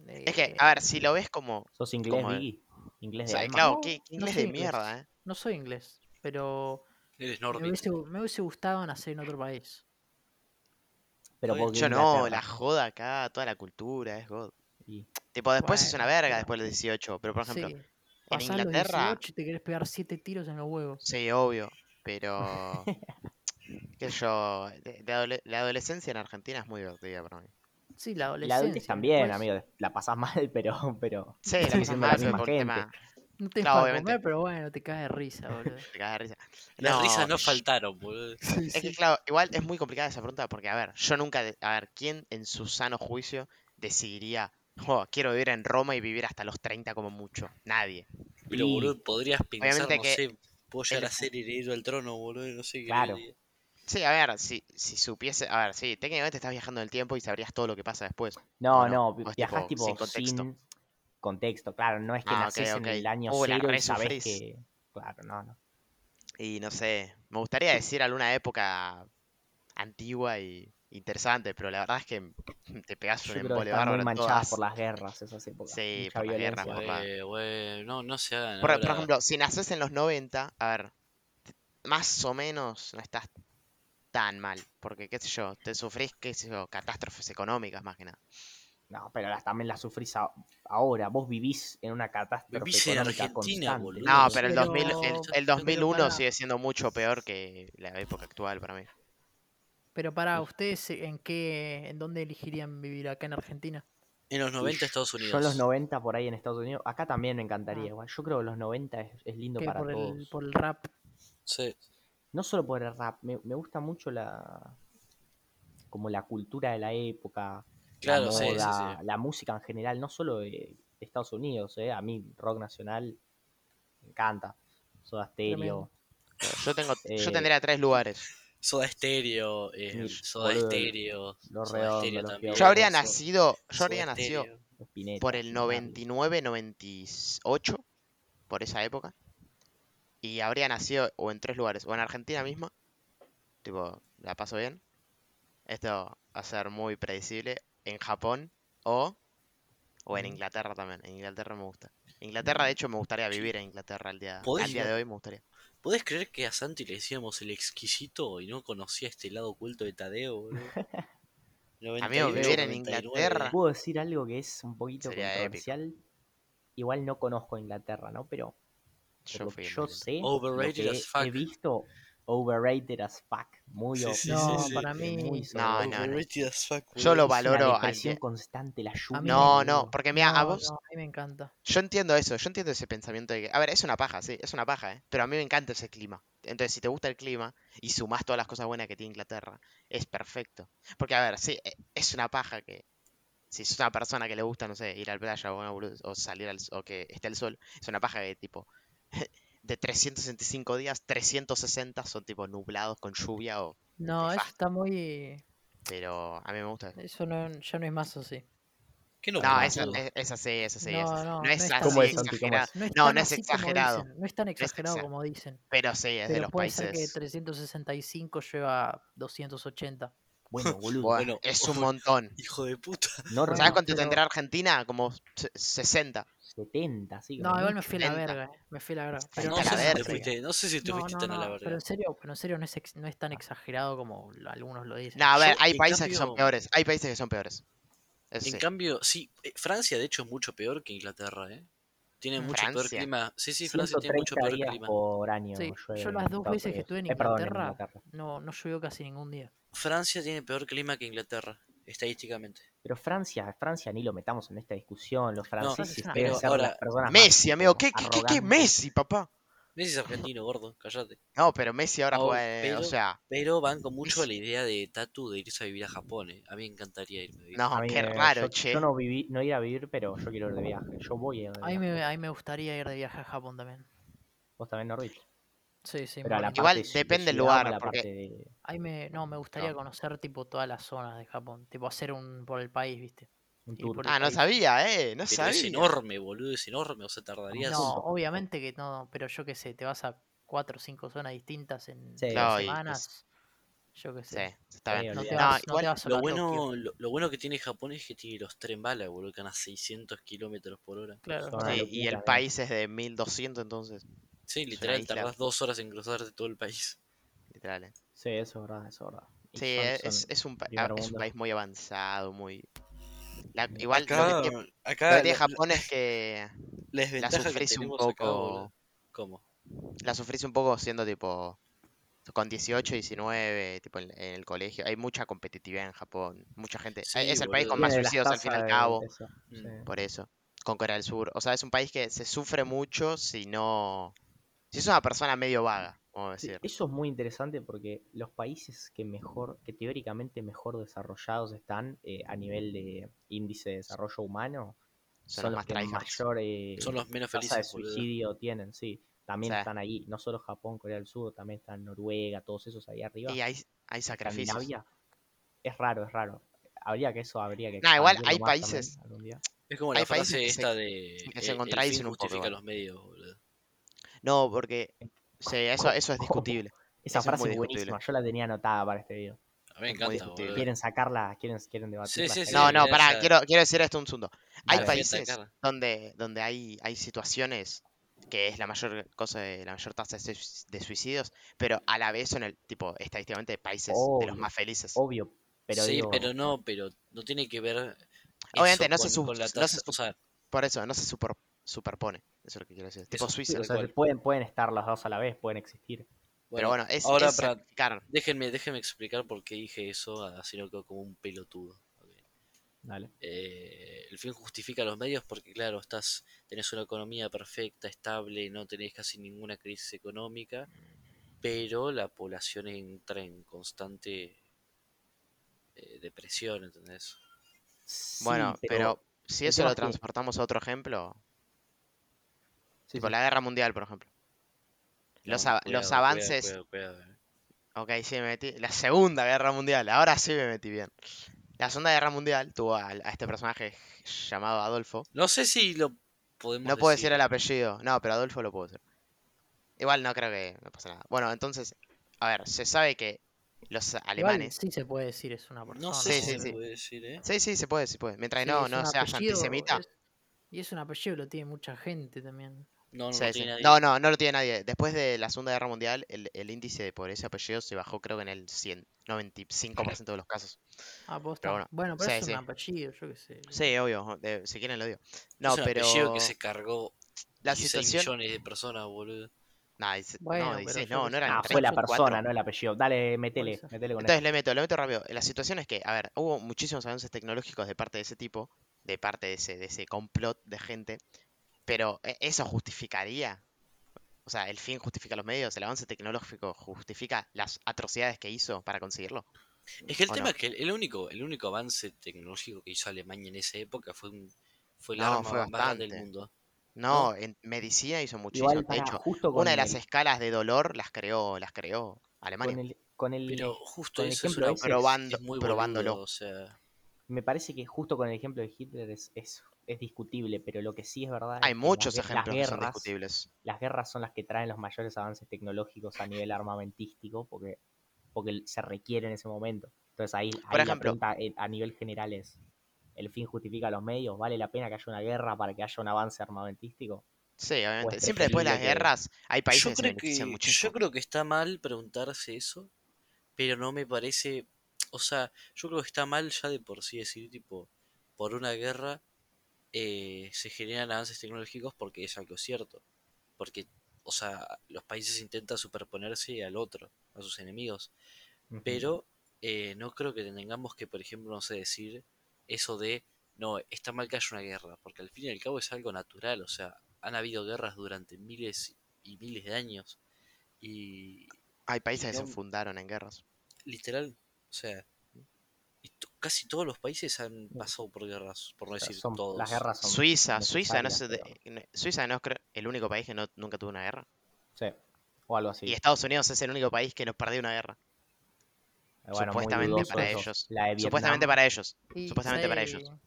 S4: Es que,
S2: eh,
S4: a ver, si lo ves como.
S1: ¿Sos inglés,
S4: ¿Cómo es?
S1: Biggie? ¿Inglés
S4: O
S1: de
S4: sea,
S1: alma?
S4: claro,
S2: No,
S4: qué, qué
S2: no
S4: inglés
S2: soy
S4: de
S2: inglés.
S4: mierda, ¿eh?
S2: no soy inglés, pero
S3: Eres
S2: me
S3: Norbit.
S2: hubiese, me hubiese gustado nacer en otro país.
S1: Pero
S3: Está bien.
S1: porque
S4: Yo no,
S1: Inglaterra.
S4: la joda acá, toda la cultura, es god.
S1: Y-
S4: Tipo, después es
S2: Bueno,
S4: una verga
S2: pero-
S4: después de los 18, pero por ejemplo,
S2: sí,
S4: en
S2: pasás los
S4: Inglaterra,
S2: 18 y te querés pegar 7 tiros en los huevos.
S4: sí, obvio, pero. qué sé yo, de- de adole- la adolescencia en Argentina es muy divertida para mí.
S2: Sí, la
S1: la
S2: adolescencia. pues.
S1: adultez también,
S2: después
S1: amigo. La pasás mal, pero. pero
S4: Sí, la
S1: sigue
S4: pasas
S1: siendo la
S4: mal, pero
S1: misma
S4: por un
S1: gente.
S4: tema.
S2: No te
S4: Claro,
S2: para
S4: obviamente.
S2: comer, pero bueno, te cae de risa, boludo.
S4: Te cagas de risa.
S3: Las risas
S4: No,
S3: no
S4: sh-
S3: faltaron, boludo.
S2: Sí,
S4: Es que,
S2: sí.
S4: claro, igual es muy complicada esa pregunta porque, a ver, yo nunca. de- A ver, ¿quién en su sano juicio decidiría, "Jo, quiero vivir en Roma y vivir hasta los 30 como mucho? Nadie.
S3: Pero,
S1: Y-
S3: boludo, podrías pensar,
S4: Obviamente
S3: no
S4: que
S3: sé, puedo llegar
S4: el
S3: a ser heredero del trono, boludo, no sé qué.
S1: Claro.
S3: diría.
S4: Sí, a ver, si, si supiese. A ver, sí, técnicamente estás viajando en el tiempo y sabrías todo lo que pasa después.
S1: No,
S4: ¿O no?
S1: no,
S4: ¿O es
S1: viajás
S4: pues,
S1: tipo,
S4: tipo sin contexto?
S1: sin contexto, claro, no es que
S4: Ah,
S1: nacés
S4: ok,
S1: en
S4: ok.
S1: el año
S4: Uh, la
S1: cero y sabés
S4: resufrís.
S1: que. Claro, no, no.
S4: Y no sé, me gustaría decir alguna época antigua y interesante, pero la verdad es que te pegas
S1: Yo
S4: un
S1: creo que
S4: embole
S1: están
S4: bárbaro
S1: muy
S4: en
S1: manchadas
S4: todas.
S1: por las guerras esas épocas.
S4: Sí,
S1: Mucha
S4: por las
S1: violencia.
S4: guerras, por la-
S3: Güey, güey, Eh, no, no se hagan.
S4: Por, por
S3: ahora.
S4: ejemplo, si naces en los 90, a ver, t- más o menos no estás tan mal, porque qué sé yo, te sufrís, qué sé yo, catástrofes económicas más que nada.
S1: No, pero las, también las sufrís a- ahora. Vos vivís en una catástrofe
S3: Vivís en
S1: económica
S3: Argentina,
S1: constante.
S3: boludo.
S4: No, pero el, 2000, el-
S2: Pero-
S4: el, 2001
S2: pará.
S4: sigue siendo mucho peor que la época actual para mí.
S2: Pero para ustedes, eh, ¿en qué, en dónde elegirían vivir acá en Argentina?
S3: En los 90
S1: yo-
S3: Estados
S1: Yo
S3: Unidos.
S1: en los 90 por ahí en Estados Unidos. Acá también me encantaría.
S2: Ah.
S1: Igual. Yo creo que los 90 es, es lindo
S2: Que
S1: para
S2: por
S1: todos.
S2: el, por el rap.
S3: Sí.
S1: No solo por el rap. Me, me gusta mucho la. Como la cultura de la época.
S3: Claro,
S1: la
S3: sí, sí,
S1: moda,
S3: sí.
S1: la música en general, no solo de Estados Unidos, eh, a mí rock nacional me encanta. Soda Stereo,
S2: Tremendo.
S4: Yo tengo, yo
S1: Eh,
S4: tendría tres lugares.
S3: Soda estéreo, eh,
S1: Mish,
S3: soda
S1: boludo,
S3: estéreo.
S1: Los
S3: Soda Stereo
S1: Redondos, los
S3: también.
S1: Piojos,
S4: Yo habría
S3: Soda-
S4: nacido, yo
S3: Soda
S4: habría nacido
S3: Stereo.
S1: Spinetta,
S4: por el
S1: Bob Marley.
S4: 99, 98, por esa época. Y habría nacido o en tres lugares, o en Argentina misma. Tipo, la paso bien. Esto va a ser muy predecible. En Japón o, o en
S2: Mm.
S4: Inglaterra también. En Inglaterra me gusta. Inglaterra, de hecho, me gustaría vivir en Inglaterra al día,
S3: ¿Podés
S4: al día
S3: ir a-
S4: de hoy. Me gustaría.
S3: ¿Podés creer que a Santi le decíamos el exquisito y no conocía este lado oculto de Tadeo, boludo? 98,
S4: vivir en
S3: 99.
S4: Inglaterra.
S1: Puedo decir algo que es un poquito
S4: Sería épico.
S1: controversial. Igual no conozco a Inglaterra, ¿no? Pero por
S4: Yo
S1: lo
S4: fui
S1: que
S4: en
S1: yo
S4: Berlín.
S1: sé, lo
S3: Overrated
S1: que
S3: as
S1: he-
S3: fuck.
S1: he visto, overrated as fuck. Muy
S3: Sí,
S1: o-
S3: sí,
S2: No,
S3: sí, sí.
S2: para
S1: muy
S2: mí.
S4: No,
S1: sobrevalorado.
S4: no, no.
S3: Overrated as fuck,
S4: Yo lo
S3: boludo.
S1: Es una
S4: valoro al
S1: depresión
S4: día-
S1: constante, la lluvia.
S2: mí
S4: No,
S2: me-
S4: no, porque mira, a
S2: No,
S4: vos,
S2: no, a mí me encanta.
S4: Yo entiendo eso, yo entiendo ese pensamiento de que, a ver, es una paja, sí, es una paja, ¿eh? Pero a mí me encanta ese clima. Entonces, si te gusta el clima y sumás todas las cosas buenas que tiene Inglaterra, es perfecto. Porque, a ver, sí, e- es una paja que si es una persona que le gusta, no sé, ir al playa o, una boludez, o salir al, s- o que esté el sol, es una paja que tipo de 365 días, 360 son tipo nublados con lluvia o
S2: No, eso
S4: nefasto.
S2: está muy.
S4: pero a mí me gusta. eso.
S2: Eso no, ya no es más así.
S3: ¿Qué
S4: No,
S3: no,
S4: no,
S3: boludo?
S4: esa, e- esa sí, esa sí, esa
S2: No,
S4: sí.
S2: no,
S4: No
S2: no
S4: es
S2: está
S4: así
S1: ¿Cómo es, Santi? ¿Cómo es?
S4: exagerada.
S2: No es
S4: No,
S2: tan
S4: no es
S2: así como
S4: exagerado.
S2: dicen, No es tan exagerado
S4: exagerado.
S2: como dicen.
S4: Pero sí, es de
S2: Pero
S4: los
S2: puede ser que
S4: países.
S2: 365 lleva 280.
S1: Bueno, boludo.
S4: Buah,
S3: Bueno,
S4: es un
S3: ojo,
S4: montón.
S3: Hijo de puta.
S1: Norma,
S4: ¿Sabes
S2: Bueno,
S4: cuánto
S2: pero-
S4: tendrá Argentina? Como se- 60.
S1: 70, sí.
S2: No,
S1: como
S2: igual me
S1: mucho.
S2: fui a la
S4: 70.
S2: verga, eh, me fui a la verga.
S4: Pero
S3: No
S4: a
S3: sé,
S4: la
S3: si te
S4: verga.
S3: fuiste, no sé si te
S2: No,
S3: fuiste
S2: no,
S3: tan a la
S2: no, pero
S3: verga.
S2: en serio, pero en serio no es, ex- no es tan exagerado como lo- algunos lo dicen.
S4: No, a ver,
S3: Yo,
S4: hay
S3: en
S4: países que son
S3: cambio-
S4: peores. Hay países que son peores. Eso
S3: En
S4: sí.
S3: cambio, sí, eh, Francia de hecho es mucho peor que Inglaterra, ¿eh? Tiene
S4: Mm.
S3: mucho peor
S4: Francia.
S3: clima. Sí, sí, Francia tiene mucho
S1: 130
S3: peor
S1: días
S3: clima.
S1: por año.
S2: Sí,
S1: llueve
S2: yo
S1: en
S2: las dos
S1: Estados
S2: veces que
S1: Unidos.
S2: estuve en
S1: Eh, perdón,
S2: Inglaterra,
S1: Inglaterra.
S2: no, no llovió casi ningún día.
S3: Francia tiene peor clima que Inglaterra, estadísticamente.
S1: Pero Francia, Francia ni lo metamos en esta discusión. Los franceses
S2: pero
S1: deben ser
S3: ahora-
S1: las personas más,
S4: Messi,
S1: tipo,
S4: amigo. ¿Qué, qué- qué- qué
S1: arrogantes.
S4: Messi, papá?
S3: Messi es argentino, gordo, callate.
S4: No, pero Messi ahora
S3: No,
S4: juega. en- O
S3: pero-
S4: sea,
S3: Pero banco mucho
S4: Messi.
S3: la idea de Tatu de irse a vivir a Japón, ¿eh? A mí me encantaría irme a vivir.
S1: A
S4: no,
S1: mí
S4: qué
S1: me-
S4: raro,
S1: yo,
S4: che.
S1: yo no viví, no ir a vivir, pero yo quiero ir de viaje. Yo voy a ir de
S2: A mí
S1: viaje.
S2: me, a mí me gustaría ir de viaje a Japón también.
S1: Vos también, Norbit.
S2: Sí, sí,
S1: Pero a la
S2: morí.
S4: Igual
S1: parte ci- de
S4: depende del
S1: ciudad o a
S4: lugar,
S1: la
S4: porque-
S1: parte de-
S2: A mí me, no, me gustaría
S4: No.
S2: conocer tipo todas las zonas de Japón, tipo hacer un por el país, ¿viste?
S1: un
S2: Y
S1: tour.
S2: por el
S4: Ah, no
S2: país.
S4: sabía, eh. No
S3: Pero es
S4: sabía.
S3: enorme, boludo, es enorme. O sea, tardarías.
S2: No,
S1: punto.
S2: obviamente que no, pero yo qué sé, te vas a cuatro o cinco zonas distintas en
S1: Sí.
S2: tres
S1: Claro,
S4: y es-
S2: semanas. Yo qué
S4: Sí,
S2: sé.
S4: está
S1: Sí,
S4: bien.
S2: No te
S1: olvidate.
S4: No,
S2: vas, no te
S4: igual.
S2: vas solo
S3: Lo
S2: a Tokio.
S3: bueno, lo, lo bueno que tiene Japón es que tiene los tren bala, boludo, que van a 600 kilómetros por hora.
S2: Claro, es
S1: Son
S2: verdad.
S1: una
S4: sí,
S1: locura,
S4: y el
S1: amigo.
S4: país es de 1200, entonces.
S3: Sí,
S4: una
S3: literal,
S4: isla.
S3: tardás dos horas en cruzarte todo el país.
S4: Literal, eh.
S1: Sí, eso es verdad, eso es verdad. Y
S4: Sí,
S1: son-
S4: eh, es,
S1: son
S4: es un, pa- a-
S1: primer
S4: es un
S1: mundo.
S4: país muy avanzado, muy. la- igual lo que tiene-
S3: acá
S4: Lo que tiene
S3: la-
S4: Japón es que
S3: La desventaja que
S4: sufrís un
S3: tenemos acá,
S4: poco.
S3: boludo. ¿Cómo?
S4: la sufrís un poco siendo tipo con 18, 19, tipo en, en el colegio. Hay mucha competitividad en Japón, mucha gente.
S3: Sí,
S4: es el país con
S3: boludo.
S4: más
S1: Tiene las
S4: suicidios al fin y
S1: tasas
S4: al
S1: de-
S4: cabo,
S1: eso,
S3: Mm.
S1: sí.
S4: por eso. Con Corea del Sur. O sea, es un país que se sufre mucho si no. Si es una persona medio vaga, vamos a
S1: Sí,
S4: decir.
S1: Eso es muy interesante porque los países que mejor, que teóricamente mejor desarrollados están eh, a nivel de índice de desarrollo humano, son,
S4: Son los
S1: los,
S4: más
S1: que
S4: tryhards.
S1: mayor eh,
S3: Son los menos
S1: tasa de
S3: felices, boludo.
S1: suicidio tienen, sí. También
S4: Sí.
S1: están ahí, no solo Japón, Corea del Sur, también están Noruega, todos esos ahí arriba.
S4: Y hay, hay sacrificios.
S1: Escandinavia, Es raro, es raro. Habría que eso, habría que.
S4: Nah, igual
S1: expandirlo
S4: hay
S1: más también
S4: países-
S1: algún día.
S3: Es como la
S4: Hay países
S3: frase
S4: que se-
S3: esta de.
S4: que se
S3: eh, el
S4: contradicen
S3: fin
S4: un poco,
S3: justifica
S4: igual.
S3: los medios, boludo.
S4: No, porque sí, eso, eso es discutible.
S1: Esa
S4: es
S1: frase
S4: muy
S1: es
S4: discutible.
S1: buenísima, yo la tenía anotada para este video.
S3: A mí me
S4: Es muy
S3: encanta,
S4: discutible.
S3: boludo.
S1: Quieren sacarla, quieren, quieren debatirla.
S3: sí, sí.
S4: No, no,
S3: ya
S4: pará,
S3: está.
S4: quiero, quiero decir esto un segundo. Hay
S3: Dale.
S4: países
S3: Atacar.
S4: donde, donde hay, hay situaciones que es la mayor cosa de la mayor tasa de sui- de suicidios, pero a la vez son el tipo estadísticamente países de
S1: Obvio,
S4: los más felices.
S1: Obvio, pero
S3: sí,
S1: digo,
S3: pero no, pero no tiene que ver.
S4: Obviamente
S3: eso
S4: no se
S3: con-
S4: sub-
S3: con la
S4: no se
S3: tasa,
S4: sub-
S3: o sea,
S4: Por eso, no se super- superpone. Eso es lo que quiero decir. Tipo
S3: Eso,
S1: sí,
S4: Suiza.
S1: o sea,
S3: cual.
S1: pueden, pueden estar las dos a la vez, pueden existir.
S4: Pero bueno, es,
S3: ahora
S4: es
S3: para-
S4: sacrificar.
S3: déjenme, déjenme explicar por qué dije eso, así no quedo como un pelotudo. Ok.
S1: Dale.
S3: eh, el fin justifica los medios porque claro, estás tenés una economía perfecta, estable, no tenés casi ninguna crisis económica, pero la población entra en constante eh, depresión, ¿entendés?
S1: Sí,
S4: Bueno, pero, si
S1: el
S4: eso
S1: tema
S4: lo
S1: es que-
S4: transportamos a otro ejemplo,
S1: sí,
S4: tipo
S1: sí.
S4: la guerra mundial, por ejemplo. Los
S3: No,
S4: av-
S3: cuidado,
S4: los
S3: cuidado,
S4: avances-
S3: cuidado, cuidado, eh.
S4: Ok, sí me metí. La Segunda Guerra Mundial, ahora sí me metí bien. La Segunda Guerra Mundial tuvo al- a, este personaje llamado Adolfo.
S3: No sé si lo podemos
S4: No puedo decir el apellido, no, pero Adolfo lo puedo decir. Igual no creo que no pasa nada. Bueno, entonces, a ver, se sabe que los
S2: Igual
S4: alemanes.
S2: sí se puede decir, es una persona.
S3: No sé
S4: Sí,
S3: si
S4: sí,
S3: se
S4: sí.
S3: puede decir, ¿eh?
S4: Sí, sí, se puede, se puede. Mientras
S2: Sí,
S4: no,
S2: es
S4: no
S2: un
S4: seas
S2: apellido,
S4: antisemita.
S2: es- Y es un apellido, lo tiene mucha gente también.
S3: No, no,
S4: Sí,
S3: no
S4: sí.
S3: tiene nadie.
S4: No, no, no lo tiene nadie. Después de la Segunda Guerra Mundial, el, el índice de pobreza apellido se bajó, creo que en el 100, 95% de los casos.
S2: Ah, posta.
S4: Pero bueno,
S2: Bueno, pero
S4: sí,
S2: es
S4: sí.
S2: un apellido, yo qué sé.
S4: Sí, obvio, de- si quieren lo digo. No,
S3: es un
S4: pero
S3: apellido que se cargó
S4: la
S3: 16
S4: situación.
S3: millones de personas, boludo.
S4: Nah, dice-
S2: Bueno,
S4: no,
S2: pero
S4: 16,
S2: yo
S4: no, no
S2: qué sé.
S4: eran
S1: Ah,
S2: Ah,
S4: 3,
S1: fue la
S4: cuatro.
S1: persona, no el apellido. Dale, metele,
S2: Puede ser.
S1: metele con
S4: Entonces
S1: eso.
S4: le meto, le meto rápido. La situación es que, a ver, hubo muchísimos avances tecnológicos de parte de ese tipo, de parte de ese, de ese complot de gente, pero ¿e- ¿eso justificaría? O sea, el fin justifica los medios, el avance tecnológico justifica las atrocidades que hizo para conseguirlo.
S3: Es que el
S4: ¿O
S3: tema
S4: no?
S3: es que el, el único, el único avance tecnológico que hizo Alemania en esa época fue, un, fue el
S4: No,
S3: arma
S4: fue
S3: más grande del
S4: bastante.
S3: mundo.
S4: No, en medicina hizo muchísimo.
S1: Igual
S4: de
S1: para
S4: hecho,
S1: justo con
S4: una de las
S1: el-
S4: escalas de dolor las creó, las creó Alemania.
S1: con el, con el-
S3: Pero justo
S1: con el
S3: eso es,
S1: ejemplo
S3: una-
S1: ese-
S4: Probando-
S3: es muy
S4: probándolo.
S3: boludo, o sea,
S1: me parece que justo con el ejemplo de Hitler es, es, es discutible, pero lo que sí es verdad es
S4: Hay
S1: que
S4: muchos
S1: las, gue-
S4: ejemplos que
S1: las
S4: son
S1: guerras,
S4: discutibles.
S1: las guerras son las que traen los mayores avances tecnológicos a nivel armamentístico, porque, porque se requiere en ese momento. Entonces ahí, ahí la
S4: ejemplo.
S1: pregunta eh, a nivel general es, ¿el fin justifica los medios? ¿Vale la pena que haya una guerra para que haya un avance armamentístico?
S4: Sí, obviamente.
S1: es
S4: Siempre después de las
S1: preferible Pues que-
S4: guerras hay países
S3: yo
S4: que se
S3: creo
S4: benefician
S3: que, yo
S4: muchísimo.
S3: creo que está mal preguntarse eso, pero no me parece, o sea, yo creo que está mal ya de por sí decir, tipo, por una guerra eh, se generan avances tecnológicos porque es algo cierto, porque, o sea, los países intentan superponerse al otro, a sus enemigos.
S1: Ujú.
S3: pero eh, no creo que tengamos que, por ejemplo, no sé, decir eso de, no, está mal que haya una guerra, porque al fin y al cabo es algo natural, o sea, han habido guerras durante miles y miles de años, y
S4: Hay países que se
S3: no-
S4: fundaron en guerras.
S3: literal, o sea, y to- casi todos los países han
S1: Mm.
S3: pasado por guerras, por no
S1: O sea,
S3: decir
S1: son-
S3: todos.
S1: las guerras son
S4: Suiza, Suiza no
S1: necesarias,
S4: sé de- eh,
S1: pero-
S4: no- Suiza no es creo- el único país que no, nunca tuvo una guerra.
S1: Sí, o algo así.
S4: Y Estados Unidos es el único país que nos perdió una guerra.
S1: Eh, bueno, muy
S4: supuestamente
S1: dudoso
S4: para
S1: eso.
S4: ellos.
S1: La de Vietnam,
S4: Supuestamente para ellos.
S2: Y,
S4: Supuestamente para
S2: ¿sabes?
S4: ellos.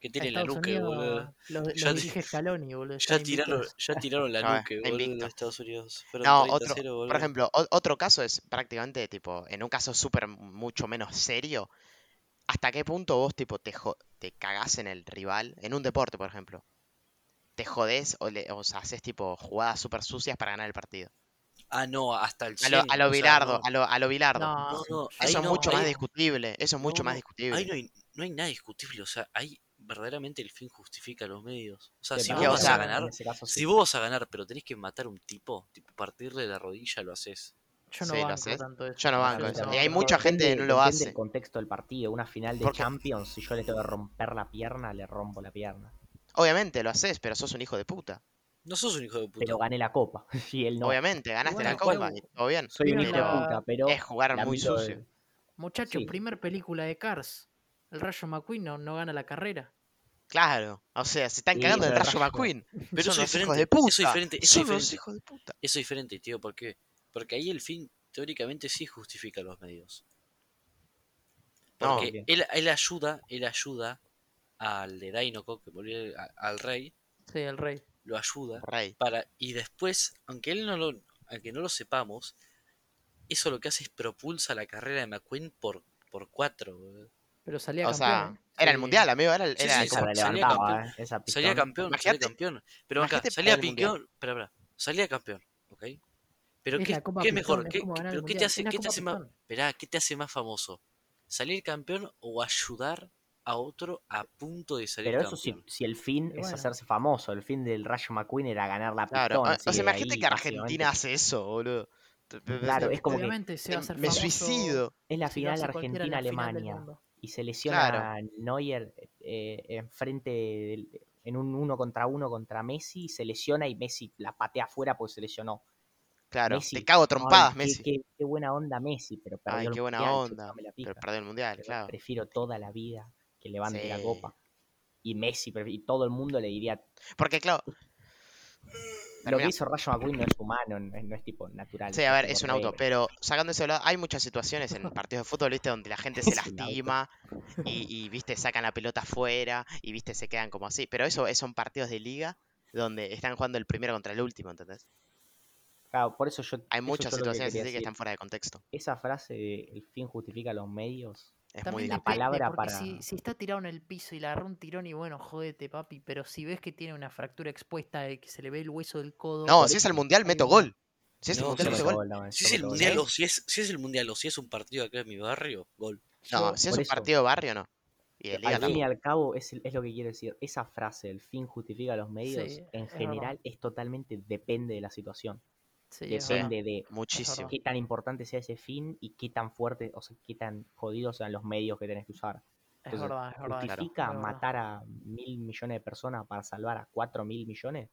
S3: Que
S2: A
S3: tienen la
S2: Estados
S3: nuque, boludo.
S2: Unidos los, los
S3: Ya di-
S2: dirige Scaloni, boludo.
S3: Ya
S2: están invictos.
S3: tiraron, ya tiraron la
S4: Ah,
S3: nuque,
S4: está
S3: boludo,
S4: invicto.
S3: de Estados Unidos. Fueron
S4: No,
S3: 30
S4: otro,
S3: 0,
S4: por
S3: boludo.
S4: ejemplo, o- otro caso es prácticamente tipo, en un caso súper mucho menos serio, ¿hasta qué punto vos tipo te, jo- te cagás en el rival? En un deporte, por ejemplo. Te jodés o, le, o sea, haces tipo jugadas súper sucias para ganar el partido.
S3: Ah, no, hasta el
S4: A lo,
S3: 100.
S4: a lo
S3: o sea,
S4: Bilardo,
S3: no.
S4: a lo, a lo Bilardo.
S2: No,
S3: No, no, ahí
S4: Eso es
S3: no,
S4: mucho más
S3: ahí-
S4: discutible. Eso es mucho
S3: No,
S4: más
S3: no, ahí no
S4: discutible.
S3: hay, no hay nada discutible, o sea, ahí verdaderamente el fin justifica los medios. O sea,
S1: Sí,
S3: si
S1: para
S4: Que,
S3: vos
S4: o
S1: mí,
S3: vas
S4: sea,
S3: a
S1: en-
S3: ganar,
S1: en ese caso sí.
S3: si vos vas a ganar, pero tenés que matar a un tipo, tipo partirle la rodilla, lo haces.
S2: Yo no
S4: Sí, lo
S2: banco
S4: haces.
S2: tanto eso.
S4: Yo no
S1: No,
S4: banco
S1: sí,
S4: eso.
S1: no,
S4: Y hay
S1: pero
S4: mucha gente que
S1: depende-
S4: no lo
S1: depende
S4: hace.
S1: del contexto del partido. Una final de
S4: Porque-
S1: Champions, si yo le tengo que romper la pierna, le rompo la pierna.
S4: Obviamente lo haces, pero sos un hijo de puta.
S3: No sos un hijo de puta.
S1: Pero gané la copa. Y él no.
S4: Obviamente, ganaste la
S2: bueno,
S4: copa
S2: Clau,
S4: y todo bien.
S1: Soy un hijo de
S2: Pero-
S1: puta, pero.
S4: Es jugar
S1: la
S4: muy
S1: miro de-
S4: sucio.
S2: Muchachos,
S1: Sí.
S2: primer película de Cars. El Rayo McQueen no, no gana la carrera.
S4: Claro, o sea, se están
S1: Sí,
S4: cagando del
S1: pero el
S4: Rayo
S1: Rayo-
S4: McQueen.
S3: Pero
S4: son
S3: eso es
S4: los hijos de
S3: diferente,
S4: puta.
S3: eso es diferente, eso es
S4: Son los
S3: diferente.
S4: hijos de puta.
S3: Eso es diferente, tío, ¿por qué? Porque ahí el fin teóricamente sí justifica los medios.
S4: No,
S3: Porque
S1: bien.
S3: él, él ayuda, él ayuda al de Dainoko, que volvió a- al rey,
S2: Sí, el rey.
S3: lo ayuda
S4: Rey.
S3: para y después, aunque él no lo, aunque no lo sepamos, eso lo que hace es propulsa la carrera de McQueen por por cuatro. boludo.
S2: Pero salía
S4: O
S2: campeón.
S4: sea, era el
S2: Sí.
S4: mundial, amigo. Era, el-
S3: Sí,
S4: era
S3: sí,
S4: el-
S1: esa
S3: como-
S1: la
S3: salía
S1: levantaba, ¿eh? Esa
S3: Salía
S1: pistón.
S3: campeón, salía
S4: Imagínate-
S3: campeón. Pero acá,
S4: imagínate
S3: salía
S4: ganar el Mundial.
S3: campeón, pero, salía campeón, ¿ok? Pero
S2: Es
S3: qué,
S2: la Copa
S3: qué
S2: Pistón,
S3: mejor,
S2: es
S3: qué,
S2: como
S3: qué-
S2: ganar el
S3: pero qué te
S2: Mundial,
S3: hace,
S2: es la
S3: qué te
S2: Copa
S3: hace más,
S2: Pistón.
S3: esperá, ¿qué te hace más famoso? ¿Salir campeón o ayudar a otro a punto de salir
S1: Pero eso
S3: campeón?
S1: si, si el fin
S2: Y
S1: es
S2: bueno.
S1: hacerse famoso, el fin del Rayo McQueen era ganar la
S4: Claro.
S1: pistón.
S4: o-
S1: así
S4: o sea,
S1: de
S4: imagínate
S1: ahí,
S4: que
S1: básicamente.
S4: Argentina hace eso, boludo.
S1: Claro, es como que
S2: Obviamente se va a hacer
S4: Me
S2: famoso,
S4: suicido.
S1: Es la
S2: si lo
S1: final
S2: hace cualquiera en la final del
S1: Argentina-Alemania.
S2: mundo.
S1: Y se lesiona
S4: Claro.
S1: Neuer eh, en frente del- en un uno contra uno contra Messi, se lesiona y Messi la patea afuera porque se lesionó.
S4: Claro.
S1: Messi.
S4: Te cago a
S1: Ay,
S4: trompadas,
S1: qué-
S4: Messi.
S1: Qué, qué buena onda Messi, pero perdió
S4: Ay,
S1: el
S4: qué buena
S1: Mundial,
S4: onda,
S1: chupame la
S4: Pero
S1: pija.
S4: perdió el mundial,
S1: Pero
S4: claro.
S1: Prefiero toda la vida que levante la
S4: Sí.
S1: copa. Y Messi, pref- y todo el mundo le diría,
S4: Porque, claro.
S1: lo que
S4: Termina.
S1: hizo Rayo McQueen no es humano, no es, no es tipo natural.
S4: Sí, a ver,
S1: tipo
S4: es un
S1: re-
S4: auto, pero sacando ese lado, hay muchas situaciones en partidos de fútbol, viste, donde la gente se
S1: Es un auto.
S4: lastima y, y, viste, sacan la pelota afuera y, viste, se quedan como así. Pero eso es- son partidos de liga donde están jugando el primero contra el último, ¿entendés?
S1: Claro, por eso yo...
S4: Hay
S1: eso
S4: muchas
S1: yo lo que
S4: situaciones
S1: quería
S4: así que
S1: decir.
S4: están fuera de contexto.
S1: Esa frase de el fin justifica los medios,
S4: Es muy
S2: También
S1: la
S4: difícil.
S2: depende,
S1: palabra
S2: porque
S1: para-
S2: si, si está tirado en el piso y le agarró un tirón y bueno, jodete, papi. Pero si ves que tiene una fractura expuesta y que se le ve el hueso del codo.
S4: No,
S2: por
S4: si es
S2: eso
S4: el mundial,
S2: está
S4: meto
S2: bien.
S4: gol. Si es el
S3: No,
S4: mundial,
S3: sí,
S4: meto
S3: sí.
S4: gol.
S1: no,
S3: Si es
S1: yo
S3: el
S1: meto gol.
S4: ¿eh?
S3: mundial o si es, si es el mundial o si es un partido acá en mi barrio, gol.
S4: No,
S2: Yo-
S4: si es
S1: por
S4: un
S1: eso-
S4: partido de barrio, no. Y de
S3: Al
S4: liga
S1: Al fin y
S4: tampoco.
S1: al cabo, es, el- es lo que quiero decir. Esa frase, el fin justifica los medios,
S2: Sí,
S1: en
S2: es verdad.
S1: general es totalmente depende de la situación.
S2: Sí, es verdad.
S1: Depende de
S4: Muchísimo.
S1: qué tan importante sea ese fin y qué tan fuerte, o sea, qué tan jodidos sean los medios que tenés que usar.
S2: Es
S1: Entonces,
S2: verdad, es verdad. eso,
S1: ¿Justifica
S2: es verdad.
S1: matar a mil millones de personas para salvar a cuatro mil millones?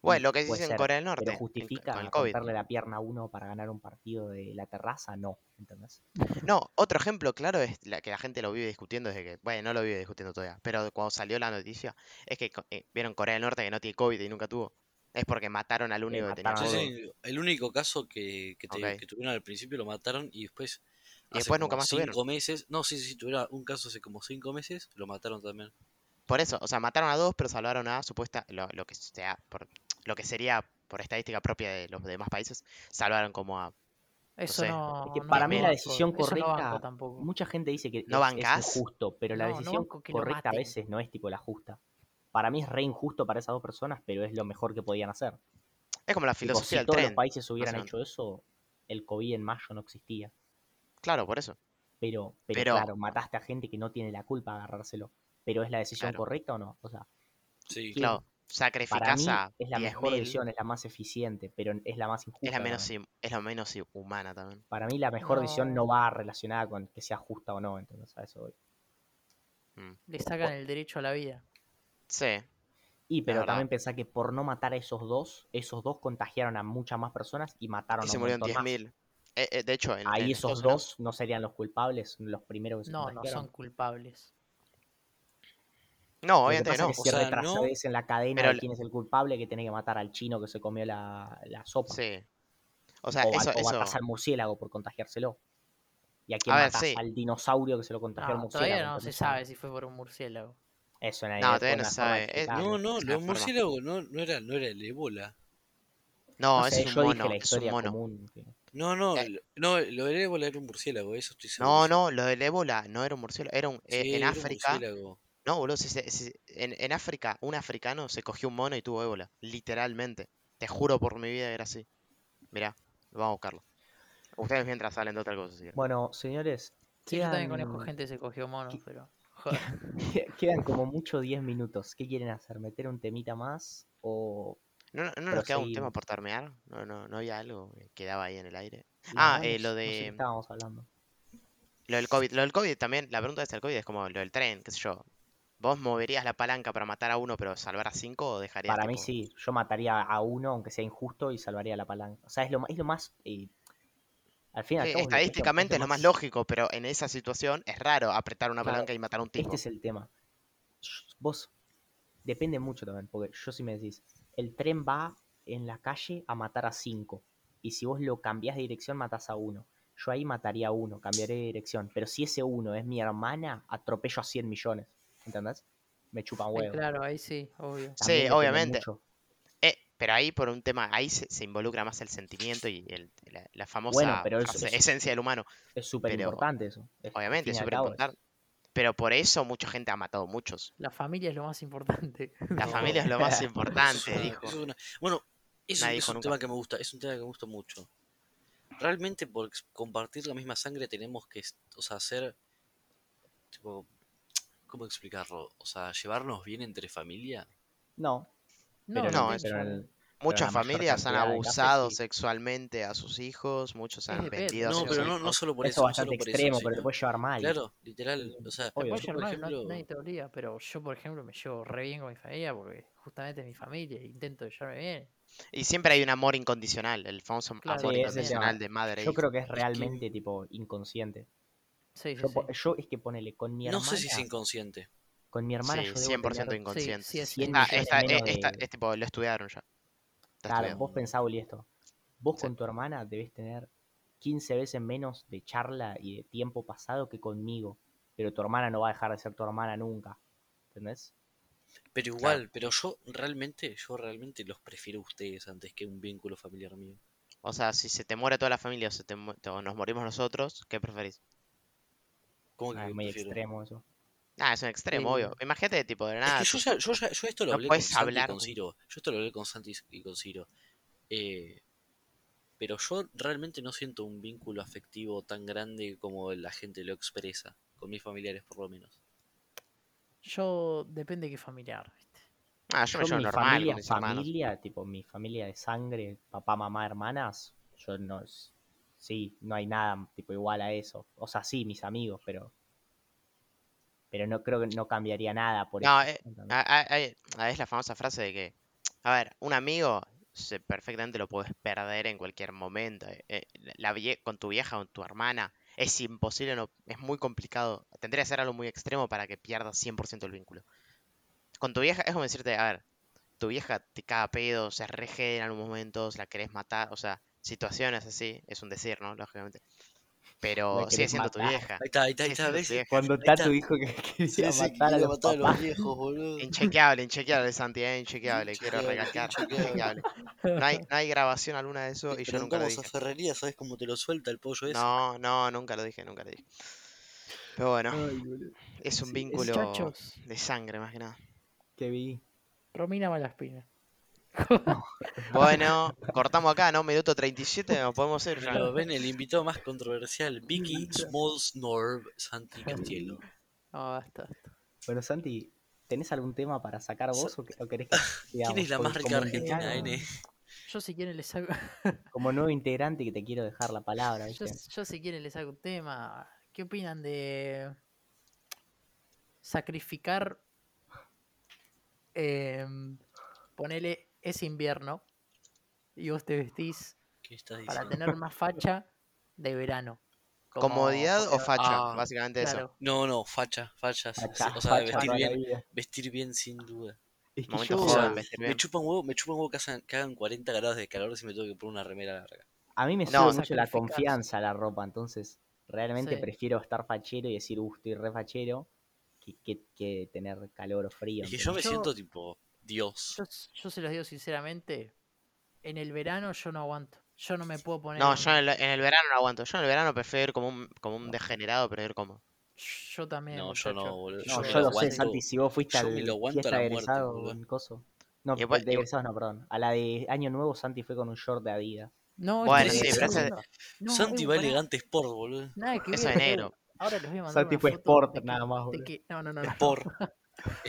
S4: Bueno, lo que se
S1: Puede
S4: dice en
S1: ser,
S4: Corea del Norte,
S1: Pero
S4: en-
S1: justifica
S4: con el COVID.
S1: romperle la pierna a uno para ganar un partido de la terraza, no, ¿entendés?
S4: No, otro ejemplo claro es la que la gente lo vive discutiendo desde que, bueno, no lo vive discutiendo todavía, pero cuando salió la noticia es que co- eh, vieron Corea del Norte que no tiene COVID y nunca tuvo. Es porque mataron al único que tenía
S1: mataron
S3: Sí,
S1: al
S4: COVID.
S1: único.
S3: sí, el único caso que, que, te-
S4: Ok.
S3: que tuvieron al principio lo mataron y
S4: Y
S3: después hace
S4: después nunca
S3: como
S4: más
S3: cinco
S4: tuvieron.
S3: meses, no, sí, sí, sí, tuvieron un caso hace como cinco meses, lo mataron también.
S4: Por eso, o sea, mataron a dos, pero salvaron a supuesta lo, lo que sea por lo que sería por estadística propia de los demás países, salvaron como a
S2: Eso
S4: sé.
S2: no.
S1: Es que
S2: no
S1: para
S4: mí
S2: banco,
S4: la
S1: decisión
S2: eso no banco
S1: correcta-
S2: tampoco.
S1: Mucha gente dice que
S4: ¿No
S1: es- es,
S4: bancás?
S1: injusto, pero la
S2: No, no
S1: decisión
S2: banco que lo
S1: correcta a
S2: maten.
S1: veces no es tipo la justa. Para mí es re injusto para esas dos personas, pero es lo mejor que podían hacer.
S4: es como la
S1: Tipo, si
S4: filosofía del
S1: todos
S4: tren.
S1: los países hubieran
S4: menos.
S1: hecho eso, el COVID en mayo no existía.
S4: Claro, por eso.
S1: Pero, pero,
S4: Pero-
S1: claro, mataste a gente que no tiene la culpa de agarrárselo. Pero es la decisión
S4: Claro.
S1: correcta o no? O sea, Sí.
S3: Sí,
S4: Claro,
S1: para mí
S4: sacrificás a
S1: es la mejor
S4: 10.000,
S1: decisión, es la más eficiente, pero es la más injusta.
S4: es la menos
S1: también.
S4: im- es la menos i- humana también.
S1: Para mí la mejor decisión no
S2: No.
S1: va relacionada con que sea justa o no, entonces a eso voy.
S4: Mm.
S2: Le sacan el derecho a la vida.
S4: Sí.
S1: Y pero
S4: verdad.
S1: también pensá que por no matar a esos dos, esos dos contagiaron a muchas más personas y mataron
S4: Y
S1: a
S4: se
S1: un
S4: murieron
S1: montón más.
S4: 10.000. Eh, eh, de hecho, en,
S1: Ahí
S4: en
S1: esos
S4: Estados Unidos-
S1: dos no serían los culpables, los primeros que se
S2: No, no
S1: contagiaron.
S2: son culpables.
S4: No,
S1: Lo que
S4: obviamente que
S1: pasa
S4: no.
S1: es que si
S3: O sea,
S1: retrasás
S3: no,
S1: en la cadena
S4: pero
S1: de
S4: la-
S1: quién es el culpable, que tenés que matar al chino que se comió la, la sopa.
S4: Sí. O sea,
S1: o
S4: eso,
S1: a- o matás
S4: eso-
S1: al murciélago por contagiárselo. Y a quién
S4: ver,
S1: matás
S4: sí.
S1: al dinosaurio que se lo contagió al
S2: No,
S1: murciélago.
S2: todavía no se
S1: ¿entendés?
S2: sabe si fue por un murciélago.
S1: Eso no, hay-
S4: No,
S1: fue
S4: todavía no
S1: una
S4: se
S1: forma de
S4: sabe. Eh, Es-
S1: explicarlo.
S3: no, no,
S4: es una
S3: los
S4: forma.
S3: murciélagos no, no era, no era el ébola.
S4: No,
S1: No
S4: ese
S1: sé,
S4: es un
S1: yo dije
S4: mono,
S1: la
S4: es un
S1: historia
S4: mono.
S1: común. que-
S3: No, no,
S4: Eh.
S3: el- no, lo del ébola era un murciélago, eso estoy seguro.
S4: No,
S3: yo.
S4: no, lo del ébola no era un murciélago, era un, eh,
S3: Sí,
S4: en
S3: era un
S4: África,
S3: murciélago.
S4: no, boludo, si se- si- en, en África un africano se cogió un mono y tuvo ébola, literalmente. Te juro por mi vida era así. Mirá, vamos a buscarlo. Ustedes mientras salen de otra cosa, si quieren.
S1: Bueno, señores,
S2: Sí, yo también conozco
S1: quedan-
S2: gente que se cogió monos, pero. joder.
S1: Que- Quedan como mucho 10 minutos. ¿Qué quieren hacer? ¿Meter un temita más? ¿O
S4: ¿No, no- no nos queda un
S1: Proseguimos.
S4: tema por terminar? No, no, no había algo que quedaba ahí en el aire.
S1: las
S4: Ah,
S1: ganas?
S4: eh, lo
S1: No sé qué
S4: de...
S1: estábamos hablando.
S4: Lo del COVID, lo del COVID también, la pregunta es el COVID es como lo del tren, qué sé yo. ¿Vos moverías la palanca para matar a uno pero salvar a cinco o dejarías
S1: Para mí
S4: tipo-
S1: sí, yo mataría a uno, aunque sea injusto, y salvaría la palanca. O sea, es lo, ma- es lo más. eh, al fin y al cabo, es lo- es lo-
S4: Sí,
S1: es lo
S4: estadísticamente es lo más lógico, pero en esa situación es raro apretar una
S1: Claro,
S4: palanca y matar a un tipo.
S1: Este es el tema. Vos, depende mucho también, porque yo si me decís, el tren va en la calle a matar a cinco, y si vos lo cambiás de dirección, matás a uno. Yo ahí mataría a uno, cambiaré de dirección, pero si ese uno es mi hermana, atropello a 100 millones, ¿entendés? me chupan
S2: Ay,
S1: huevo.
S2: Claro, ahí sí, obvio.
S1: También
S4: Sí,
S1: depende
S4: obviamente.
S1: mucho.
S4: Eh, pero ahí por un tema, ahí se, se involucra más el sentimiento y el- la, la famosa
S1: pero eso-
S4: frase,
S1: eso-
S4: esencia del humano.
S1: Es súper importante eso. Es- al
S4: Obviamente,
S1: fin y
S4: es
S1: al
S4: súper
S1: cabo,
S4: importante. Pero por eso mucha gente ha matado muchos.
S2: La familia es lo más importante.
S4: La
S3: No.
S4: familia es lo más
S3: Eso
S4: importante,
S3: es una-
S4: dijo.
S3: eso es una- Bueno, eso
S4: Nadie
S3: es
S4: dijo
S3: un
S4: nunca.
S3: tema que me gusta, es un tema que me gusta mucho. Realmente por ex- compartir la misma sangre tenemos que, est- o sea, hacer, tipo, ¿cómo explicarlo? O sea, llevarnos bien entre familia.
S1: No,
S2: No,
S1: pero,
S4: no,
S2: depende,
S4: es-
S1: pero el-
S4: Muchas
S1: la mayor
S4: familias han
S1: cantidad de casos,
S4: abusado
S1: sí.
S4: sexualmente a sus hijos, muchos han
S2: depende.
S4: vendido a
S3: No,
S4: sus
S3: pero no,
S4: hijos.
S3: no solo por
S1: eso
S3: eso,
S1: es
S3: no solo
S1: bastante
S3: por eso,
S1: extremo, pero te
S3: sino-
S1: puede llevar mal.
S3: Claro, literal, o sea,
S1: Obvio,
S2: Puede
S3: yo por
S2: llevar mal, no-
S3: ejemplo,
S2: nadie te obliga, pero yo, por ejemplo, me llevo re bien con mi familia porque justamente es mi familia, e intento de llevarme bien.
S4: Y siempre hay un amor incondicional, el famoso
S2: Claro,
S4: amor
S1: Sí, ese es el
S4: incondicional
S1: tema.
S4: de madre. e
S1: Yo
S4: hijo.
S1: creo que es realmente tipo inconsciente.
S2: Sí, sí,
S1: Yo,
S2: sí.
S1: po- yo es que ponele con mi hermana.
S3: no sé si es inconsciente.
S1: Con mi hermana
S4: Sí,
S1: yo debo
S4: 100%
S1: tener-
S4: inconsciente. Ah,
S2: sí, es
S4: Está-
S3: Ah,
S1: 100
S2: millones
S4: está-
S1: menos
S4: eh, está-
S1: de-
S4: es tipo, lo estudiaron ya. Está
S1: Claro,
S4: estudiado.
S1: vos pensá, Uli, esto. Vos
S4: Sí.
S1: con tu hermana debes tener 15 veces menos de charla y de tiempo pasado que conmigo. Pero tu hermana no va a dejar de ser tu hermana nunca. ¿Entendés?
S3: Pero igual, pero yo realmente, yo realmente los prefiero a ustedes antes que un vínculo familiar mío.
S4: O sea, si se te muere toda la familia o, se te mu- o nos morimos nosotros, ¿qué preferís?
S3: ¿Cómo que
S1: Ah,
S3: qué
S1: es muy
S3: prefiero?
S1: extremo eso.
S4: Ah, es un extremo,
S2: Sí.
S4: obvio. Imagínate, tipo, de la
S3: Es
S4: nada.
S3: que yo,
S4: tipo,
S3: ya- yo, ya- yo esto lo
S4: no
S3: hablé con
S4: puedes
S3: Santi y
S4: hablar
S3: con
S4: con-
S3: Ciro. Yo esto lo hablé con Santi y con Ciro. Eh, pero yo realmente no siento un vínculo afectivo tan grande como la gente lo expresa. Con mis familiares, por lo menos.
S2: Yo depende de qué familiar, ¿viste?
S4: Ah, yo me llevo
S1: mi
S4: normal
S1: familia,
S4: con mis hermanos.
S1: familia, tipo mi familia de sangre, papá, mamá, hermanas, yo no, sí, no hay nada tipo igual a eso. O sea, sí, mis amigos, pero, pero no creo que no cambiaría nada por
S4: No,
S1: eso.
S4: eh,
S1: ¿entendés?
S4: Ah, ah, ah, ah, es la famosa frase de que, a ver, un amigo se- perfectamente lo puedes perder en cualquier momento. eh, eh, la- la vie- con tu vieja o tu hermana es imposible, no, es muy complicado. Tendría que ser algo muy extremo para que pierdas 100% el vínculo. Con tu vieja es como decirte, a ver, tu vieja te caga a pedo, se rege en algunos momentos, la querés matar, o sea, situaciones así, es un decir, ¿no? Lógicamente. Pero sigue
S1: querés
S4: siendo tu
S1: matar.
S4: vieja.
S3: Ahí está, ahí está, eh, ahí
S4: Sigue
S3: está.
S4: siendo tu
S3: ¿ves?
S4: vieja.
S1: Cuando
S3: está.
S1: Tato dijo que
S3: Sí,
S1: quería
S3: sí, que
S1: matar a
S3: quiere
S1: los
S3: matar a
S1: papás.
S3: los viejos, boludo.
S4: Inchequeable, inchequeable, Santi, eh, inchequeable, quiero
S3: Inchequeable,
S4: recalcar,
S3: inchequeable.
S4: inchequeable. No hay, no hay grabación alguna de eso
S3: Te
S4: y yo nunca lo
S3: preguntamos
S4: dije.
S3: a Ferrería, ¿sabes cómo te lo suelta el pollo ese?
S4: No, no, nunca lo dije, nunca lo dije. Pero bueno, es un
S2: Eh, Sí,
S4: vínculo
S2: Chachos,
S4: de sangre más que nada.
S1: Que vi.
S2: Romina Malaspina.
S4: Bueno, cortamos acá, ¿no? Minuto 37, nos podemos ir ya.
S3: Pero ven, el invitado más controversial, Vicky Smalls Norb Santi Castielo.
S2: No, basta. basta.
S1: Bueno, Santi, ¿tenés algún tema para sacar vos o, que- o querés que
S3: ¿Quién es la
S1: digamos,
S3: más
S1: porque
S3: rica
S1: como
S3: argentina,
S1: invitado-
S3: N?
S2: Yo si quieren les hago,
S1: Como nuevo integrante que te quiero dejar la palabra,
S2: yo,
S1: ¿viste?
S2: yo si quieren les hago un tema. ¿Qué opinan de sacrificar em, ponele es invierno y vos te vestís
S3: ¿Qué estás
S2: para
S3: diciendo?
S2: tener más facha de verano. Como-
S4: Comodidad o
S2: porque-
S4: facha,
S3: Ah,
S4: básicamente eso.
S2: Claro.
S3: No, no, facha, facha. sí,
S1: Facha,
S3: o sea,
S1: facha
S3: vestir
S1: toda la
S3: bien,
S1: vida.
S3: vestir bien sin duda.
S1: Es que
S4: Momento
S1: yo-
S4: joven,
S3: sea,
S4: vestir
S3: Me
S4: bien.
S3: chupan huevo, me chupan huevo que hagan, que hagan 40 grados de calor si me tengo que poner una remera larga.
S1: A mí me
S4: No.
S1: sube mucho la
S2: Sacrificarse.
S1: confianza la ropa, entonces realmente
S2: Sí.
S1: prefiero estar fachero y decir, uff, estoy re fachero, que, que- que tener calor o frío.
S3: Es que
S1: ¿entendés?
S3: yo me
S2: Yo-
S3: siento tipo Dios.
S2: Yo, yo se los digo sinceramente, en el verano yo no aguanto. Yo no me puedo poner.
S4: No,
S2: un-
S4: yo en el, en el verano no aguanto. Yo en el verano prefiero ir como un, como un degenerado, pero ir como.
S2: Yo también.
S3: No, yo
S2: muchacho.
S3: no, boludo.
S1: No,
S3: yo
S1: yo
S3: me
S1: lo
S3: lo
S1: sé,
S3: aguanto.
S1: Santi, si vos fuiste
S3: Yo
S1: a
S3: me lo
S1: la
S3: aguanto a
S1: fiesta
S3: la
S1: de
S3: muerte,
S1: egresado
S3: boludo. eh,
S1: en coso. No,
S4: Y igual-
S1: de
S4: y-
S1: egresados no, perdón. A la de año nuevo Santi fue con un short de Adidas.
S2: No,
S4: Bueno,
S2: estoy
S3: sí, pero
S4: ese-
S2: hablando- No,
S3: Santi
S2: Edu,
S3: va
S2: pará,
S3: elegante sport, boludo.
S2: Nada que
S4: Eso
S2: ver,
S4: de
S2: Edu.
S4: negro.
S2: Ahora les voy a mandar.
S1: Santi
S2: una
S1: fue
S2: foto
S1: sport,
S2: de que-
S1: nada más,
S2: de
S1: boludo.
S2: que- No, no, no. no. Ahora
S3: Sport.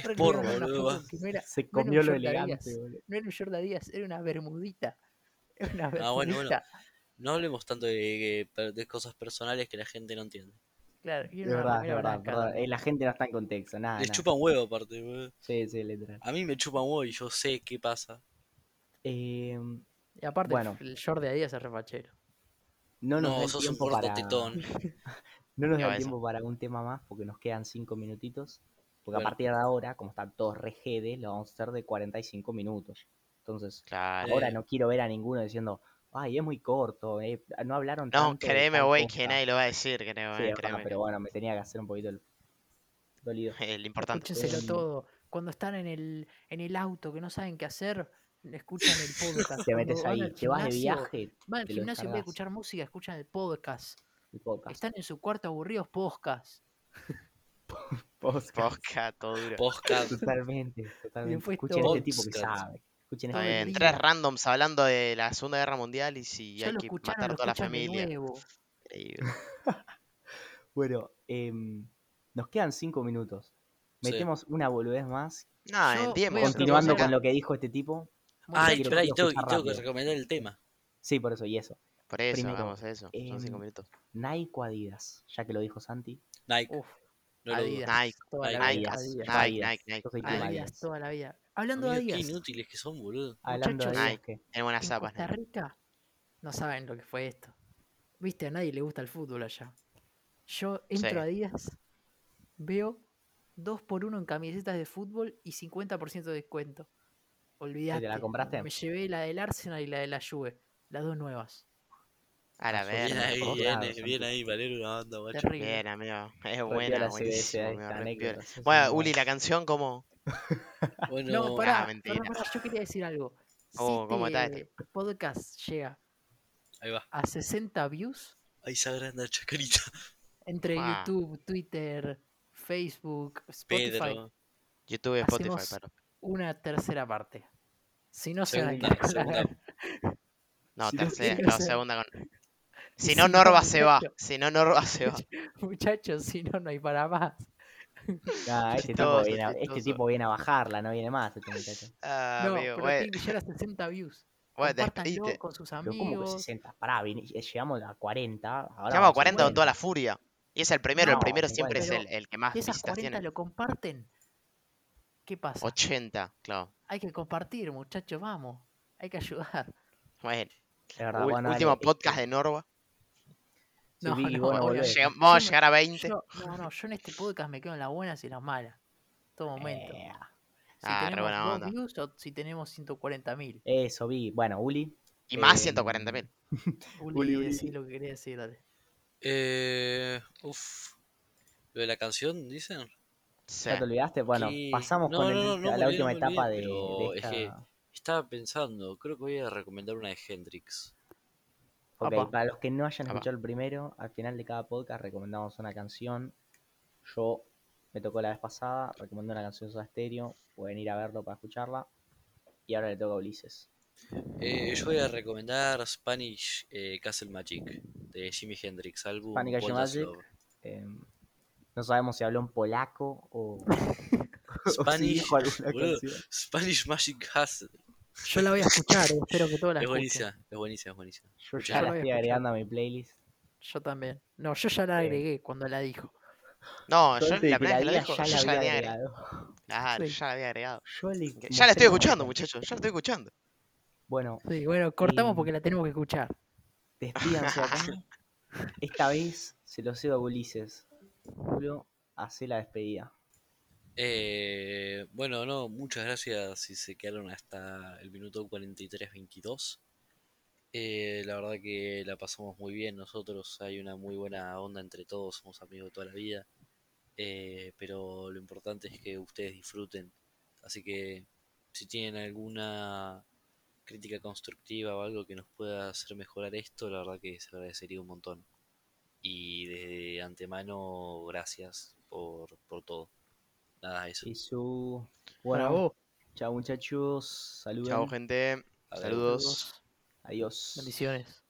S2: les voy a
S3: Sport,
S2: mandar una
S3: boludo.
S2: foto
S3: va.
S2: que no era-
S1: Se
S2: no era un
S1: comió lo
S2: short de Adidas,
S1: elegante, boludo.
S2: No era un short de Adidas, era una bermudita. Era una bermudita.
S3: Ah, bueno, bueno. No hablemos tanto de, de- de cosas personales que la gente no entiende.
S2: Claro, y
S1: Es
S2: era una
S1: verdad, es
S2: remera
S1: verdad,
S2: blanca.
S1: perdón. Eh, La gente Ah, no está en contexto, nada,
S3: Les
S1: nada.
S3: chupan huevo aparte, boludo.
S1: Sí, sí, literal.
S3: A mí me chupan huevo y yo sé qué pasa.
S1: Eh,
S2: Y aparte,
S1: Bueno.
S2: el short de Adidas es refachero.
S1: no nos da
S3: No,
S1: el
S3: sos un
S1: tiempo
S3: gordo
S1: para...
S3: tetón.
S1: No nos
S4: Qué
S1: da
S4: bueno.
S1: tiempo para un tema más porque nos quedan 5 minutitos. Porque
S3: Bueno.
S1: a partir de ahora, como están todos re GD, lo vamos a hacer de 45 minutos. Entonces,
S4: Claro.
S1: ahora
S3: Eh.
S1: no quiero ver a ninguno diciendo, ay, es muy corto, eh, no hablaron
S4: No,
S1: tanto. de
S4: créeme,
S1: tal
S4: güey,
S1: cosa".
S4: que nadie lo va a decir, créeme,
S1: Sí,
S4: eh,
S1: es verdad,
S4: créeme.
S1: pero bueno, me tenía que hacer un poquito el dolido.
S4: El importante.
S2: Escúchenselo
S1: Em,
S2: todo. cuando están en el, en el auto que no saben qué hacer, escuchan el podcast.
S1: Te metes
S2: Cuando van
S1: ahí,
S2: al
S1: te vas de
S2: gimnasio,
S1: viaje,
S2: Van al
S1: te lo
S2: gimnasio en vez de
S1: descargas.
S2: escuchar música, escuchan el podcast.
S1: el podcast.
S2: Están en su cuarto aburridos podcast.
S1: Podcast.
S4: Posca, todo duro.
S3: Podcast.
S1: Totalmente, totalmente.
S2: fue
S1: Escuchen
S2: todo.
S1: este tipo que
S3: Podcast.
S1: sabe. Escuchen
S4: Está
S1: este
S2: el
S4: bien,
S2: día.
S4: tres randoms hablando de la Segunda Guerra Mundial y si
S2: Ya
S4: hay
S2: lo
S4: que
S2: escucharon,
S4: matar
S2: lo
S4: a toda la
S2: escuchan de
S4: familia.
S2: nuevo.
S4: Increíble.
S1: Bueno, em, nos quedan cinco minutos.
S3: Sí.
S1: Metemos una boludez más.
S4: No,
S2: Yo
S4: en 10
S2: voy a
S1: Continuando
S2: propuesta.
S1: con lo que dijo este tipo.
S3: Ah,
S1: Yo
S3: y
S1: quiero-
S3: pará, y
S1: quiero
S3: tengo,
S1: escuchar
S3: y tengo que
S1: rápido.
S3: recomendar el tema.
S1: Sí, por eso, y eso.
S4: Por eso,
S1: primero,
S4: hagamos eso. Son 5
S1: em,
S4: minutos.
S1: Nike o Adidas, ya que lo dijo Santi.
S3: Nike,
S2: Uf,
S3: no lo dudo.
S2: Uh, Adidas.
S4: Nike,
S2: toda la
S3: Nike,
S4: Nike,
S2: vida. Adidas,
S1: Yo
S4: Nike,
S1: Adidas.
S4: Nike,
S1: Yo soy team
S4: Nike.
S2: Adidas toda la vida. Hablando de
S3: Amigo, qué
S2: Adidas,
S3: inútiles que son, boludo.
S1: Hablando de
S2: Muchachos.
S1: Adidas, que
S4: Tiene buenas
S2: en
S4: zapas,
S2: Costa
S4: Nike.
S2: Rica no saben lo que fue esto. Viste, a nadie le gusta el fútbol allá. Yo entro
S4: Sí.
S2: a Adidas, veo 2 por 1 en camisetas de fútbol y 50% de descuento. Olvidate.
S1: compraste?
S2: Me llevé la del Arsenal y la de la Juve, las dos nuevas.
S4: A la
S1: Ah, yo
S3: Bien
S1: no,
S4: verga.
S3: ahí,
S1: por
S3: bien,
S1: lado,
S3: eh,
S1: Santi.
S3: bien ahí, Valero, una banda, guacho.
S2: Terrible.
S4: Bien, amigo. Es
S1: Re piola
S4: buena,
S1: se ve
S4: buenísimo.
S1: esa-
S4: amigo,
S1: esta
S4: re
S1: anécdota,
S4: piola.
S1: sí, sí,
S4: Bueno,
S1: muy
S4: Uli,
S1: buena.
S4: la canción, ¿cómo?
S3: Bueno,
S2: No, pará,
S4: Ah,
S2: pará,
S4: mentira.
S2: pará, yo quería decir algo. Si
S4: Oh, ¿cómo está este?
S2: este podcast llega
S3: ahí va.
S2: a 60 views
S3: Ahí se agranda Chacarita.
S2: entre
S4: Guau.
S2: YouTube, Twitter, Facebook, Spotify,
S3: Pedro.
S4: YouTube y Spotify,
S2: Hacemos-
S4: pero.
S2: una tercera parte. Si no se van a
S3: Segunda,
S2: quedar con la-
S3: segunda.
S4: No,
S1: Si no
S4: tercera,
S2: quiero
S4: no,
S2: ser-
S4: segunda con. Si
S2: Si
S4: no,
S2: no,
S4: Norba se va.
S2: muchacho.
S4: Si no, Norba se va.
S2: muchachos, si no, no hay para más.
S1: Nah, este, tipo
S4: Chistoso,
S1: viene a, este
S4: chistoso.
S1: tipo viene a bajarla, no viene más este muchacho.
S4: Ah,
S2: no,
S4: amigo,
S2: pero
S4: bueno,
S2: tienen que llegar a 60 views.
S4: bueno,
S2: Compártanlo
S4: despedite.
S2: con sus
S1: Pero ¿cómo que
S2: amigos.
S1: 60? Pará, vin- eh, llegamos a 40. Ahora
S4: Llegamos a
S1: vamos
S4: 40 con
S1: 50.
S4: toda la furia. Y es el primero, el
S1: No,
S4: primero siempre es
S1: 50.
S4: el, el que más
S2: Que esas
S4: visitas
S2: 40
S4: tiene.
S2: lo comparten. ¿Qué pasa?
S4: 80, claro.
S2: Hay que compartir, muchachos, vamos. Hay que ayudar.
S4: Bueno,
S1: Es verdad,
S4: ul-
S1: bueno, dale,
S4: último
S1: este,
S4: podcast de Norba.
S1: subí y
S2: No,
S1: vos
S2: no,
S1: no
S2: bueno,
S1: volvés.
S4: Llegam- vamos a
S2: yo me-
S4: llegar a 20.
S2: Yo, no, no, yo en este podcast me quedo en las buenas y las malas. Todo momento.
S1: Eh,
S2: Si
S4: ah, re
S2: tenemos
S4: buena
S2: dos
S4: onda.
S2: views o si tenemos 140 mil.
S1: Eso vi. Bueno, Uli.
S4: Y más
S1: em,
S4: 140.000.
S1: Uli,
S2: Uli,
S1: Uli,
S2: decí
S1: Uli.
S2: lo que quería decir, dale.
S3: Eh, uf. Lo de la canción, dicen.
S4: Sí.
S1: ¿Ya te olvidaste? Bueno,
S3: Sí.
S1: pasamos
S3: No,
S1: con
S3: no,
S1: el-
S3: no, no
S1: a
S3: me
S1: la
S3: olvidé,
S1: última
S3: no me
S1: etapa de,
S3: olvidé,
S1: de
S3: pero es
S1: esta.
S3: que- Estaba pensando, creo que voy a recomendar una de Hendrix.
S1: Ok,
S2: Apa.
S1: para los que no hayan
S4: Apa.
S1: escuchado el primero, al final de cada podcast recomendamos una canción. Yo me tocó la vez pasada, recomendé una canción de Soda Stereo. Pueden ir a verlo para escucharla. Y ahora le toca a Ulises.
S3: Eh, yo voy a recomendar Spanish eh, Castle Magic de Jimi Hendrix, álbum
S1: Spanish Castle
S3: Bold as
S1: Magic.
S3: Love.
S1: Eh, no sabemos si habló en polaco o, o si
S3: Spanish,
S1: dijo alguna
S3: boludo,
S1: canción.
S3: Spanish Magic Castle.
S2: Yo la voy a escuchar, eh, espero que todas la
S3: Es
S2: escuchen.
S3: buenísima, es buenísima, es buenísima.
S1: Yo
S3: Escuchá.
S1: ya la
S2: Yo lo voy a
S1: estoy
S2: escuchar.
S1: agregando a mi playlist.
S2: Yo también. No, yo ya la
S1: Bien.
S2: agregué cuando la dijo.
S4: No, yo la
S1: Antes de
S4: primera
S1: que la
S4: vez que lo
S1: diga,
S4: dijo,
S1: ya
S4: yo
S1: la
S4: ya la
S1: había
S4: tenía agregada.
S1: agregado.
S4: Claro,
S2: Sí.
S4: yo ya la había agregado.
S1: Yo le
S4: Que Ya la estoy
S1: mostré la
S4: escuchando,
S1: canción.
S4: muchachos. Ya la estoy escuchando.
S1: Bueno,
S2: Sí, bueno, cortamos
S1: Y-
S2: porque la tenemos que escuchar.
S1: Despídanse acá. Esta vez se lo cedo a Ulises. Julio, hace la despedida.
S3: Eh, bueno, no, muchas gracias si se quedaron hasta el minuto 43-22. Eh, la verdad que la pasamos muy bien nosotros, hay una muy buena onda entre todos, somos amigos de toda la vida. Eh, pero lo importante es que ustedes disfruten. Así que si tienen alguna crítica constructiva o algo que nos pueda hacer mejorar esto, la verdad que se agradecería un montón. Y de antemano, gracias por, por todo. Nada, eso.
S1: Y su.
S2: Para
S1: Bueno,
S2: vos.
S1: chao muchachos. Saludos.
S4: Chao, gente.
S3: Adiós.
S4: Saludos.
S1: Adiós.
S2: Bendiciones.